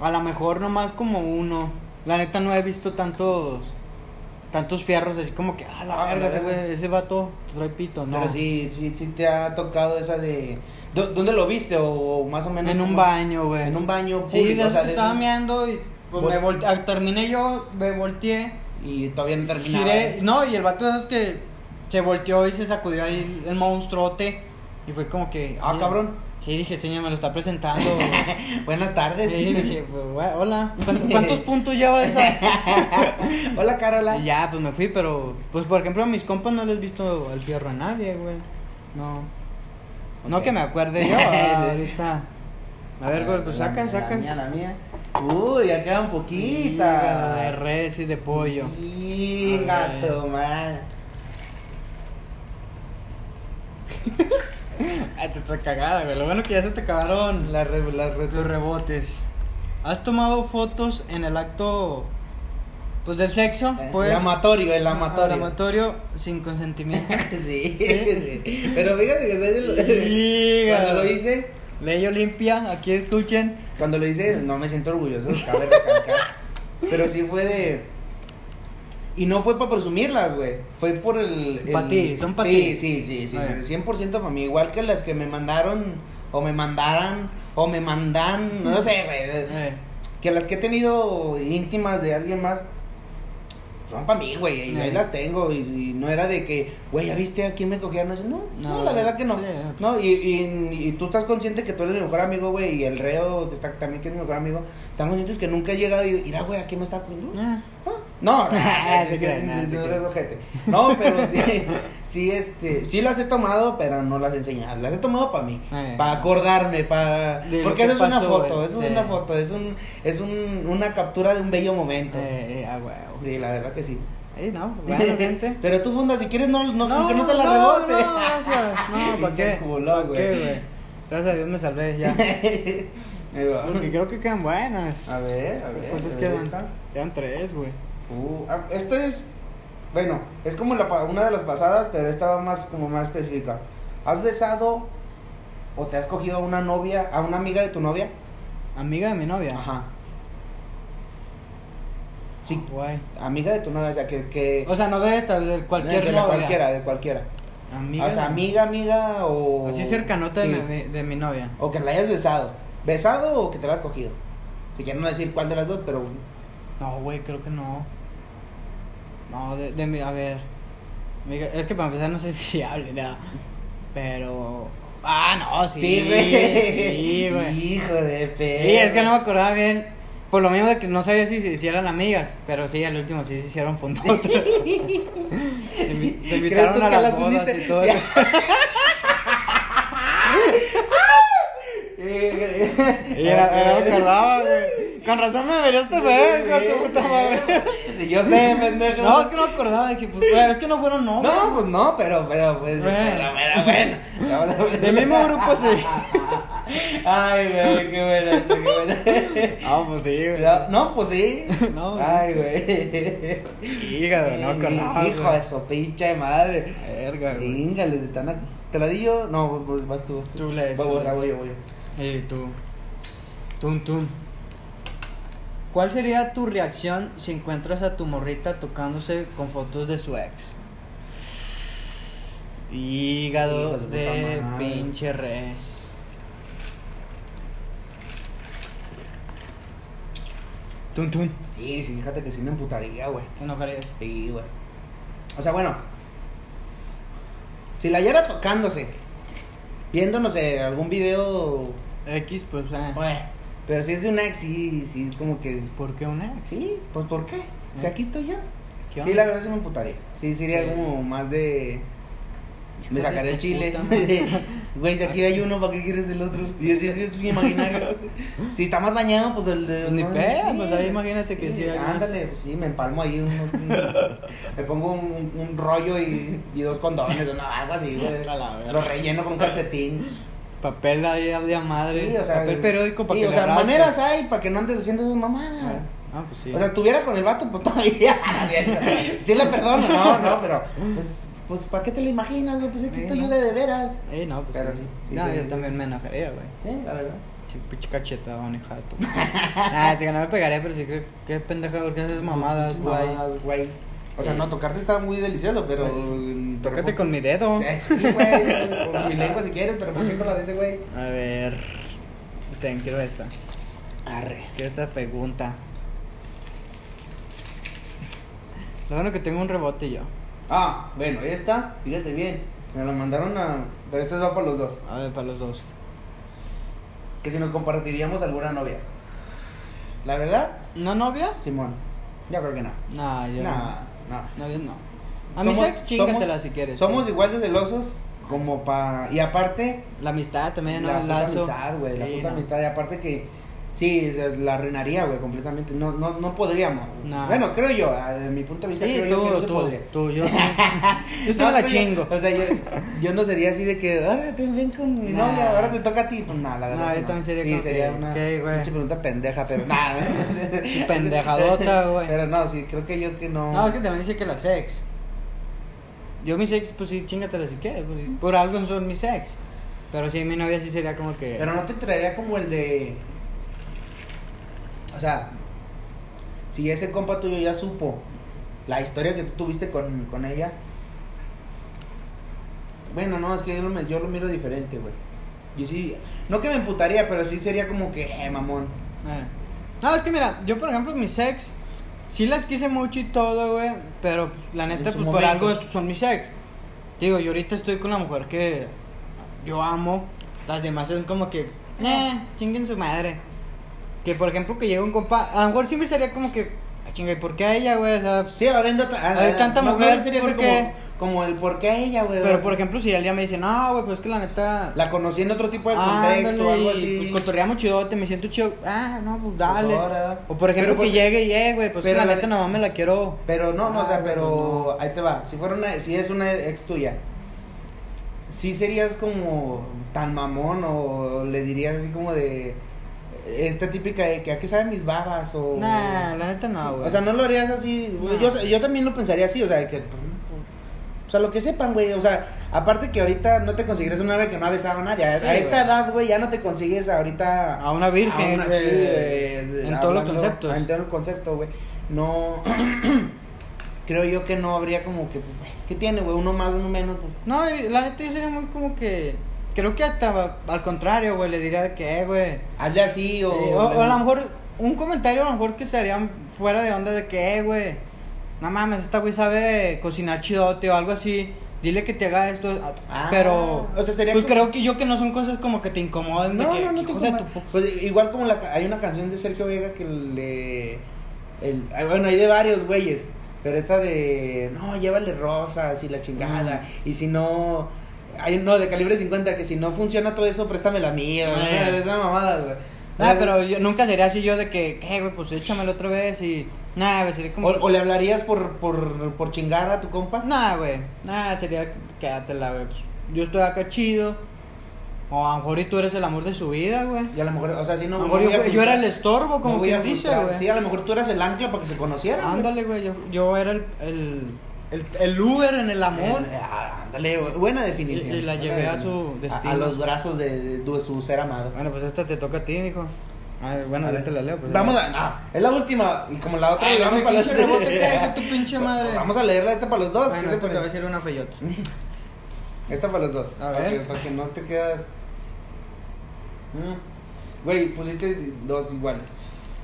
Speaker 1: A lo mejor nomás como uno. La neta no he visto tantos. Tantos fierros así como que, ah, la
Speaker 2: Ah,
Speaker 1: verga,
Speaker 2: la
Speaker 1: ese,
Speaker 2: verga.
Speaker 1: güey, ese vato trae pito, no.
Speaker 2: Pero sí, sí, sí te ha tocado esa de... ¿Dó- ¿Dónde lo viste o, o más o menos?
Speaker 1: En un
Speaker 2: cómo?
Speaker 1: baño, güey.
Speaker 2: En un baño
Speaker 1: Sí,
Speaker 2: público,
Speaker 1: de
Speaker 2: o
Speaker 1: esos
Speaker 2: sea,
Speaker 1: que
Speaker 2: de
Speaker 1: estaba
Speaker 2: esos-
Speaker 1: meando y pues,
Speaker 2: Vol-
Speaker 1: me volte- ah, terminé yo, me volteé,
Speaker 2: Y todavía no terminaba.
Speaker 1: giré, no, y el vato de esos que se volteó y se sacudió ahí el monstruote y fue como que...
Speaker 2: Ah,
Speaker 1: "Oye".
Speaker 2: cabrón.
Speaker 1: Sí, dije, señor, me lo está presentando.
Speaker 2: Buenas tardes.
Speaker 1: y dije, pues, güey, hola, ¿cuántos, cuántos puntos lleva esa?
Speaker 2: Hola, Carola.
Speaker 1: Y ya, pues me fui, pero, pues por ejemplo, a mis compas no les he visto al fierro a nadie, güey, no. No
Speaker 2: Ok.
Speaker 1: que me acuerde yo, ah, ahorita. A ver, güey, pues
Speaker 2: La-
Speaker 1: saca,
Speaker 2: la
Speaker 1: saca.
Speaker 2: mía, la mía. Uy, acá quedan poquitas.
Speaker 1: Hígado De res y de pollo.
Speaker 2: Chinga
Speaker 1: A ver.
Speaker 2: tu madre.
Speaker 1: Ay, Ah, te está cagada, güey. Lo bueno que ya se te acabaron
Speaker 2: La re, la re-
Speaker 1: los rebotes. ¿Has tomado fotos en el acto pues del sexo?
Speaker 2: Eh,
Speaker 1: Pues,
Speaker 2: el amatorio, el
Speaker 1: Ah, el
Speaker 2: amatorio.
Speaker 1: amatorio sin consentimiento.
Speaker 2: sí,
Speaker 1: Sí.
Speaker 2: sí. Pero fíjate que ¿sabes?
Speaker 1: Hígado.
Speaker 2: cuando lo hice,
Speaker 1: Ley Olimpia, aquí escuchen.
Speaker 2: cuando lo hice, no me siento orgulloso, cabe recalcar. Pero sí fue de. Y no fue para presumirlas, güey. Fue por el. el-
Speaker 1: Pa' ti, son pa'
Speaker 2: sí,
Speaker 1: ti. Ah,
Speaker 2: Sí, sí, sí.
Speaker 1: A ver.
Speaker 2: 100% para mí. Igual que las que me mandaron, o me mandaran, o me mandan. No sé, güey.
Speaker 1: Eh,
Speaker 2: que las que he tenido íntimas de alguien más son para mí, güey, y ahí
Speaker 1: Eh.
Speaker 2: las tengo, y, y no era de que, güey, ¿ya viste a quién me cogía? No, no, no,
Speaker 1: No,
Speaker 2: la verdad que no. pues.
Speaker 1: sí.
Speaker 2: No, y, y- y tú estás consciente que tú eres mi mejor amigo, güey, y el reo, que está también que es mi mejor amigo, están conscientes que nunca he llegado y, mira, güey, ¿a quién me está cogiendo?
Speaker 1: eh.
Speaker 2: No,
Speaker 1: Ah, te
Speaker 2: sí,
Speaker 1: creas,
Speaker 2: no,
Speaker 1: no, te
Speaker 2: no
Speaker 1: creas.
Speaker 2: seas ojete. No, pero sí, sí, este, sí las he tomado, pero no las he enseñado. Las he tomado para mí,
Speaker 1: Eh.
Speaker 2: para acordarme, para
Speaker 1: De lo
Speaker 2: porque
Speaker 1: que
Speaker 2: eso es una
Speaker 1: pasó,
Speaker 2: foto,
Speaker 1: eh,
Speaker 2: eso
Speaker 1: sí.
Speaker 2: es una foto, es un, es un, una captura de un bello momento.
Speaker 1: Eh, eh, ah, güey.
Speaker 2: Sí, la verdad que sí.
Speaker 1: Ey, no, bueno, gente.
Speaker 2: Pero tú funda, si quieres no, no, que no te la
Speaker 1: no,
Speaker 2: rebote.
Speaker 1: No, gracias. No, ¿para
Speaker 2: Pinche
Speaker 1: qué?
Speaker 2: culo,
Speaker 1: ¿Para qué,
Speaker 2: güey.
Speaker 1: güey? Gracias a Dios me salvé ya.
Speaker 2: Ahí va.
Speaker 1: Porque creo que quedan buenas.
Speaker 2: A ver, a ver.
Speaker 1: ¿Cuántas
Speaker 2: a ver
Speaker 1: quedan?
Speaker 2: esta.
Speaker 1: Quedan tres, güey.
Speaker 2: Uh, ah, esta es, bueno, es como la, pa- una de las pasadas, pero esta va más, como más específica. ¿Has besado o te has cogido a una novia, a una amiga de tu novia?
Speaker 1: Amiga de mi novia.
Speaker 2: Ajá. Sí,
Speaker 1: Guay.
Speaker 2: amiga de tu novia, o sea, que... que
Speaker 1: O sea, no de esta, de cualquier
Speaker 2: de la
Speaker 1: novia.
Speaker 2: cualquiera, de cualquiera.
Speaker 1: Amiga.
Speaker 2: o sea,
Speaker 1: de-
Speaker 2: amiga, amiga o...
Speaker 1: Así cercanota
Speaker 2: Sí.
Speaker 1: de, mi, de mi novia.
Speaker 2: O que la hayas besado. besado o que te la has cogido. Que quiero no decir cuál de las dos, pero
Speaker 1: No, güey, creo que no. No, de, de mi, a ver. Mira, Es que para empezar no sé si hable nada. Pero. Ah, no, sí.
Speaker 2: Sí, güey.
Speaker 1: Sí, güey.
Speaker 2: Hijo de perro.
Speaker 1: Sí, es que no me acordaba bien. Por lo mismo de que no sabía si se hicieran amigas, pero sí, al último sí se hicieron puntos. se, invi- se
Speaker 2: ¿Crees tú
Speaker 1: invitaron a
Speaker 2: que las
Speaker 1: las bodas
Speaker 2: uniste?
Speaker 1: y todo eso. Y era, era, me acordaba, güey. Con razón me miraste feo, hijo de tu puta madre.
Speaker 2: Sí, yo sé, pendejo.
Speaker 1: No, es que no me acordaba de que, pues, güey, es que no fueron no.
Speaker 2: No, pues no, pero, pero, pues,
Speaker 1: Bueno.
Speaker 2: pero, pero, bueno. Vamos a ver.
Speaker 1: Del mismo grupo sí.
Speaker 2: Ay, güey, qué bueno, qué bueno.
Speaker 1: Ah, pues sí, güey.
Speaker 2: No, No, pues sí.
Speaker 1: No, güey.
Speaker 2: Ay, güey.
Speaker 1: Hígado, no con nada.
Speaker 2: Hijo de su pinche madre.
Speaker 1: Verga, güey.
Speaker 2: Venga, les están a... ¿Te la di yo? No, pues vas tú, vas tú.
Speaker 1: Tú lees,
Speaker 2: Voy,
Speaker 1: tú
Speaker 2: voy,
Speaker 1: lees.
Speaker 2: voy yo, voy yo.
Speaker 1: Y tú. Tum, tum. ¿Cuál sería tu reacción si encuentras a tu morrita tocándose con fotos de su ex? Hígado
Speaker 2: Hijo de puta
Speaker 1: de
Speaker 2: madre.
Speaker 1: pinche res. Tum, tum.
Speaker 2: Sí, sí, fíjate que sí me emputaría, güey.
Speaker 1: Te enojarías.
Speaker 2: Sí, güey. O sea, bueno. Si la hallara tocándose, viendo, no sé, algún video,
Speaker 1: X, pues, eh.
Speaker 2: güey. Pero si es de un ex, sí, sí, como que. es-
Speaker 1: ¿Por qué un ex?
Speaker 2: Sí, pues ¿por qué? Si aquí estoy yo.
Speaker 1: ¿Qué
Speaker 2: Sí,
Speaker 1: onda?
Speaker 2: la verdad sí me emputaría. Sí, sería
Speaker 1: Sí.
Speaker 2: como más de.
Speaker 1: Hijo
Speaker 2: Me
Speaker 1: de
Speaker 2: sacaré
Speaker 1: tu
Speaker 2: el chile.
Speaker 1: puta madre.
Speaker 2: Güey, si aquí hay uno, ¿para qué quieres el otro? Y así, así es mi imaginario. si está más dañado, pues el de.
Speaker 1: Ni
Speaker 2: no,
Speaker 1: pedo,
Speaker 2: sí.
Speaker 1: pues ahí imagínate que sí hay más.
Speaker 2: Ándale, pues sí, me empalmo ahí unos. un- me pongo un, un rollo y, y dos condones, una, algo así, güey.
Speaker 1: A la verga.
Speaker 2: Lo relleno con un calcetín.
Speaker 1: Papel ahí de, de a madre.
Speaker 2: Sí, o sea.
Speaker 1: papel periódico para
Speaker 2: sí,
Speaker 1: que
Speaker 2: o
Speaker 1: le
Speaker 2: sea,
Speaker 1: rasques.
Speaker 2: maneras hay para que no andes haciendo esas mamadas.
Speaker 1: Ah, pues sí.
Speaker 2: O sea, estuviera con el vato, pues todavía. la verga. sí le perdono, no, no, pero. Pues, pues ¿para qué te lo imaginas, güey? Pues aquí
Speaker 1: Sí,
Speaker 2: estoy
Speaker 1: ¿no?
Speaker 2: yo de de veras.
Speaker 1: Eh, no, pues
Speaker 2: Pero
Speaker 1: sí.
Speaker 2: sí, sí,
Speaker 1: no,
Speaker 2: sí,
Speaker 1: yo
Speaker 2: sí.
Speaker 1: también me enojaría, güey.
Speaker 2: Sí, la verdad.
Speaker 1: Sí, pinche cachetadón, hija de puta. Nah, pues. Ah, te no le pegaría, pero sí que qué pendeja, porque haces mamadas,
Speaker 2: Muchas
Speaker 1: güey.
Speaker 2: mamadas, güey. O sea,
Speaker 1: Sí.
Speaker 2: no, tocarte está muy delicioso, pero.
Speaker 1: Pues,
Speaker 2: pero-
Speaker 1: Tócate con mi dedo.
Speaker 2: Sí, güey. Con mi lengua si quieres, pero ¿por qué con la de ese güey?
Speaker 1: A ver. Ten, quiero esta.
Speaker 2: Arre.
Speaker 1: Quiero esta pregunta. Lo bueno que tengo un rebote yo.
Speaker 2: Ah, bueno, esta, fíjate bien. Me la mandaron a. Pero esto va para los dos.
Speaker 1: A ver, para los dos.
Speaker 2: Que si nos compartiríamos alguna novia. La verdad,
Speaker 1: ¿No novia?
Speaker 2: Simón. Yo creo que no.
Speaker 1: No, yo
Speaker 2: No, no.
Speaker 1: no. Novia no. A mis ex, chingatela si quieres.
Speaker 2: Somos igual de celosos como pa... Y aparte,
Speaker 1: La amistad también, ¿no?
Speaker 2: la
Speaker 1: el
Speaker 2: puta
Speaker 1: lazo.
Speaker 2: amistad, güey, la
Speaker 1: Sí,
Speaker 2: puta
Speaker 1: no.
Speaker 2: amistad. Y aparte que, sí, o sea, la arruinaría, güey, completamente. No, no, no podríamos. güey.
Speaker 1: No.
Speaker 2: Bueno, creo yo, ah, desde mi punto de vista,
Speaker 1: Sí,
Speaker 2: creo yo que no
Speaker 1: tú,
Speaker 2: se
Speaker 1: tú,
Speaker 2: podría.
Speaker 1: tú, yo sí. Yo sí
Speaker 2: No,
Speaker 1: me la
Speaker 2: creo
Speaker 1: chingo.
Speaker 2: O sea, yo, yo no sería así de que, ahora te ven con mi
Speaker 1: Nah.
Speaker 2: novia, ahora te toca a ti. Pues nada, la
Speaker 1: No,
Speaker 2: verdad.
Speaker 1: yo
Speaker 2: que
Speaker 1: también sería
Speaker 2: Sí,
Speaker 1: como
Speaker 2: sería
Speaker 1: que,
Speaker 2: una
Speaker 1: ok, güey.
Speaker 2: pinche pregunta pendeja, pero nada.
Speaker 1: Sí, pendejadota, güey.
Speaker 2: Pero no, sí, creo que yo que no.
Speaker 1: No, es que también dice que las ex. Yo mis ex, pues sí, chingatelas si quieres. pues, sí, por algo son mis ex. Pero sí, mi novia sí sería como que.
Speaker 2: Pero no te traería como el de. O sea, si ese compa tuyo ya supo la historia que tú tuviste con, con ella. Bueno, no, es que yo lo, me- yo lo miro diferente, güey. Yo sí. No que me emputaría, pero sí sería como que, eh, mamón.
Speaker 1: Eh. No, es que mira, yo por ejemplo, mis ex, sí las quise mucho y todo, güey. Pero pues, la neta,
Speaker 2: En
Speaker 1: pues
Speaker 2: su
Speaker 1: por
Speaker 2: momento.
Speaker 1: algo son mis ex. Digo, yo ahorita estoy con la mujer que yo amo. Las demás son como que, eh, chinguen su madre. Que por ejemplo, que llega un compa, a lo mejor sí me sería como que, ah, chinga, ¿y por qué a ella, güey? O sea, pues,
Speaker 2: Sí, habiendo ta-
Speaker 1: A ver, tanta
Speaker 2: no,
Speaker 1: mujer,
Speaker 2: no sería así
Speaker 1: ¿por qué?
Speaker 2: como, como el por qué ella, güey.
Speaker 1: pero por ejemplo, si al día me dice, no, güey, pues es que la neta.
Speaker 2: La conocí en otro tipo de
Speaker 1: Ándale,
Speaker 2: contexto, algo así.
Speaker 1: Pues cotorreamos chidote, me siento chido. Ah, no, pues dale.
Speaker 2: ahora.
Speaker 1: o por ejemplo,
Speaker 2: Pero, pues,
Speaker 1: que llegue y eh, güey, pues
Speaker 2: pero
Speaker 1: la
Speaker 2: la
Speaker 1: neta
Speaker 2: ne-
Speaker 1: nomás me la quiero.
Speaker 2: Pero no, no, o
Speaker 1: Ah,
Speaker 2: sea,
Speaker 1: güey,
Speaker 2: pero
Speaker 1: pues
Speaker 2: ahí te va. Si fuera una, si es una ex tuya, sí serías como tan mamón o le dirías así como de esta típica de que a qué saben mis babas o.
Speaker 1: Nah, la neta no, güey.
Speaker 2: Oh. o sea, no lo harías así. güey,
Speaker 1: No.
Speaker 2: Yo, yo también lo pensaría así, o sea, de que. pues, O sea, lo que sepan, güey. O sea, aparte que ahorita no te conseguirás una vez que no ha besado a nadie. A,
Speaker 1: Sí,
Speaker 2: a esta
Speaker 1: güey.
Speaker 2: edad, güey, ya no te consigues ahorita.
Speaker 1: A una virgen,
Speaker 2: Aún así,
Speaker 1: güey,
Speaker 2: eh,
Speaker 1: en todos los
Speaker 2: hablando-
Speaker 1: conceptos.
Speaker 2: En todo el concepto, güey. No. creo yo que no habría como que. pues, güey, ¿Qué tiene, güey? Uno más, uno menos, pues.
Speaker 1: No, y la neta yo sería muy como que. creo que hasta al contrario, güey, le diría que, eh, güey.
Speaker 2: Hazle así o.
Speaker 1: Eh, o, o a lo mejor un comentario a lo mejor que estaría fuera de onda de que, eh, güey, no mames, esta güey sabe cocinar chidote o algo así. Dile que te haga esto,
Speaker 2: Ah,
Speaker 1: pero
Speaker 2: o sea, sería
Speaker 1: pues
Speaker 2: como-
Speaker 1: creo que yo que no son cosas como que te incomoden. de
Speaker 2: No,
Speaker 1: que,
Speaker 2: no, no te
Speaker 1: "Hijo de
Speaker 2: incomoda".
Speaker 1: tu pu-".
Speaker 2: Pues igual como la, ca- hay una canción de Sergio Vega que le. El, ah, bueno, hay de varios güeyes. Pero esta de. No, llévale rosas y la chingada.
Speaker 1: Mm.
Speaker 2: Y si no. Hay uno de calibre 50 que si no funciona todo eso, préstamelo a mí.
Speaker 1: Ah.
Speaker 2: güey, Esa mamada, güey.
Speaker 1: Nah, pero yo nunca sería así yo de que, eh, güey, pues échamelo otra vez y nada, güey, sería como
Speaker 2: O, o le hablarías por, por, por chingar a tu compa?
Speaker 1: Nah, güey. Nah, sería quédatela, güey. Pues, Yo estoy acá chido. O a lo mejor y tú eres el amor de su vida, güey.
Speaker 2: Y a lo mejor, o sea, si no.
Speaker 1: a lo mejor
Speaker 2: no voy a
Speaker 1: yo, yo era el
Speaker 2: frustrar-
Speaker 1: estorbo,
Speaker 2: no
Speaker 1: como
Speaker 2: voy a
Speaker 1: quien dice,
Speaker 2: frustrar.
Speaker 1: güey.
Speaker 2: Sí, a lo mejor tú eras el ancla para que se conocieran. güey.
Speaker 1: Ándale, güey. Yo, yo era el, el, el, el Uber en el amor.
Speaker 2: Eh, ah, Ándale, bu- buena definición.
Speaker 1: Y- y la
Speaker 2: buena
Speaker 1: llevé a
Speaker 2: definición.
Speaker 1: su destino.
Speaker 2: A, a los brazos de, de- de su ser amado.
Speaker 1: Bueno, pues esta te toca a ti, hijo. bueno,
Speaker 2: eh. A
Speaker 1: yo
Speaker 2: ver.
Speaker 1: te la leo. Pues,
Speaker 2: Vamos a. No, es la última. Y como la otra,
Speaker 1: Ay,
Speaker 2: la
Speaker 1: no,
Speaker 2: vamos
Speaker 1: mi
Speaker 2: para
Speaker 1: pinche
Speaker 2: los-
Speaker 1: rebote, te dejo tu pinche madre.
Speaker 2: Vamos a leerla esta para los dos. ¿qué
Speaker 1: Bueno,
Speaker 2: te
Speaker 1: esto te va a
Speaker 2: parece?
Speaker 1: decir una feyota.
Speaker 2: Esta para los dos.
Speaker 1: A
Speaker 2: para
Speaker 1: ver.
Speaker 2: que- para que no te quedas. Mm. Güey, pusiste dos iguales.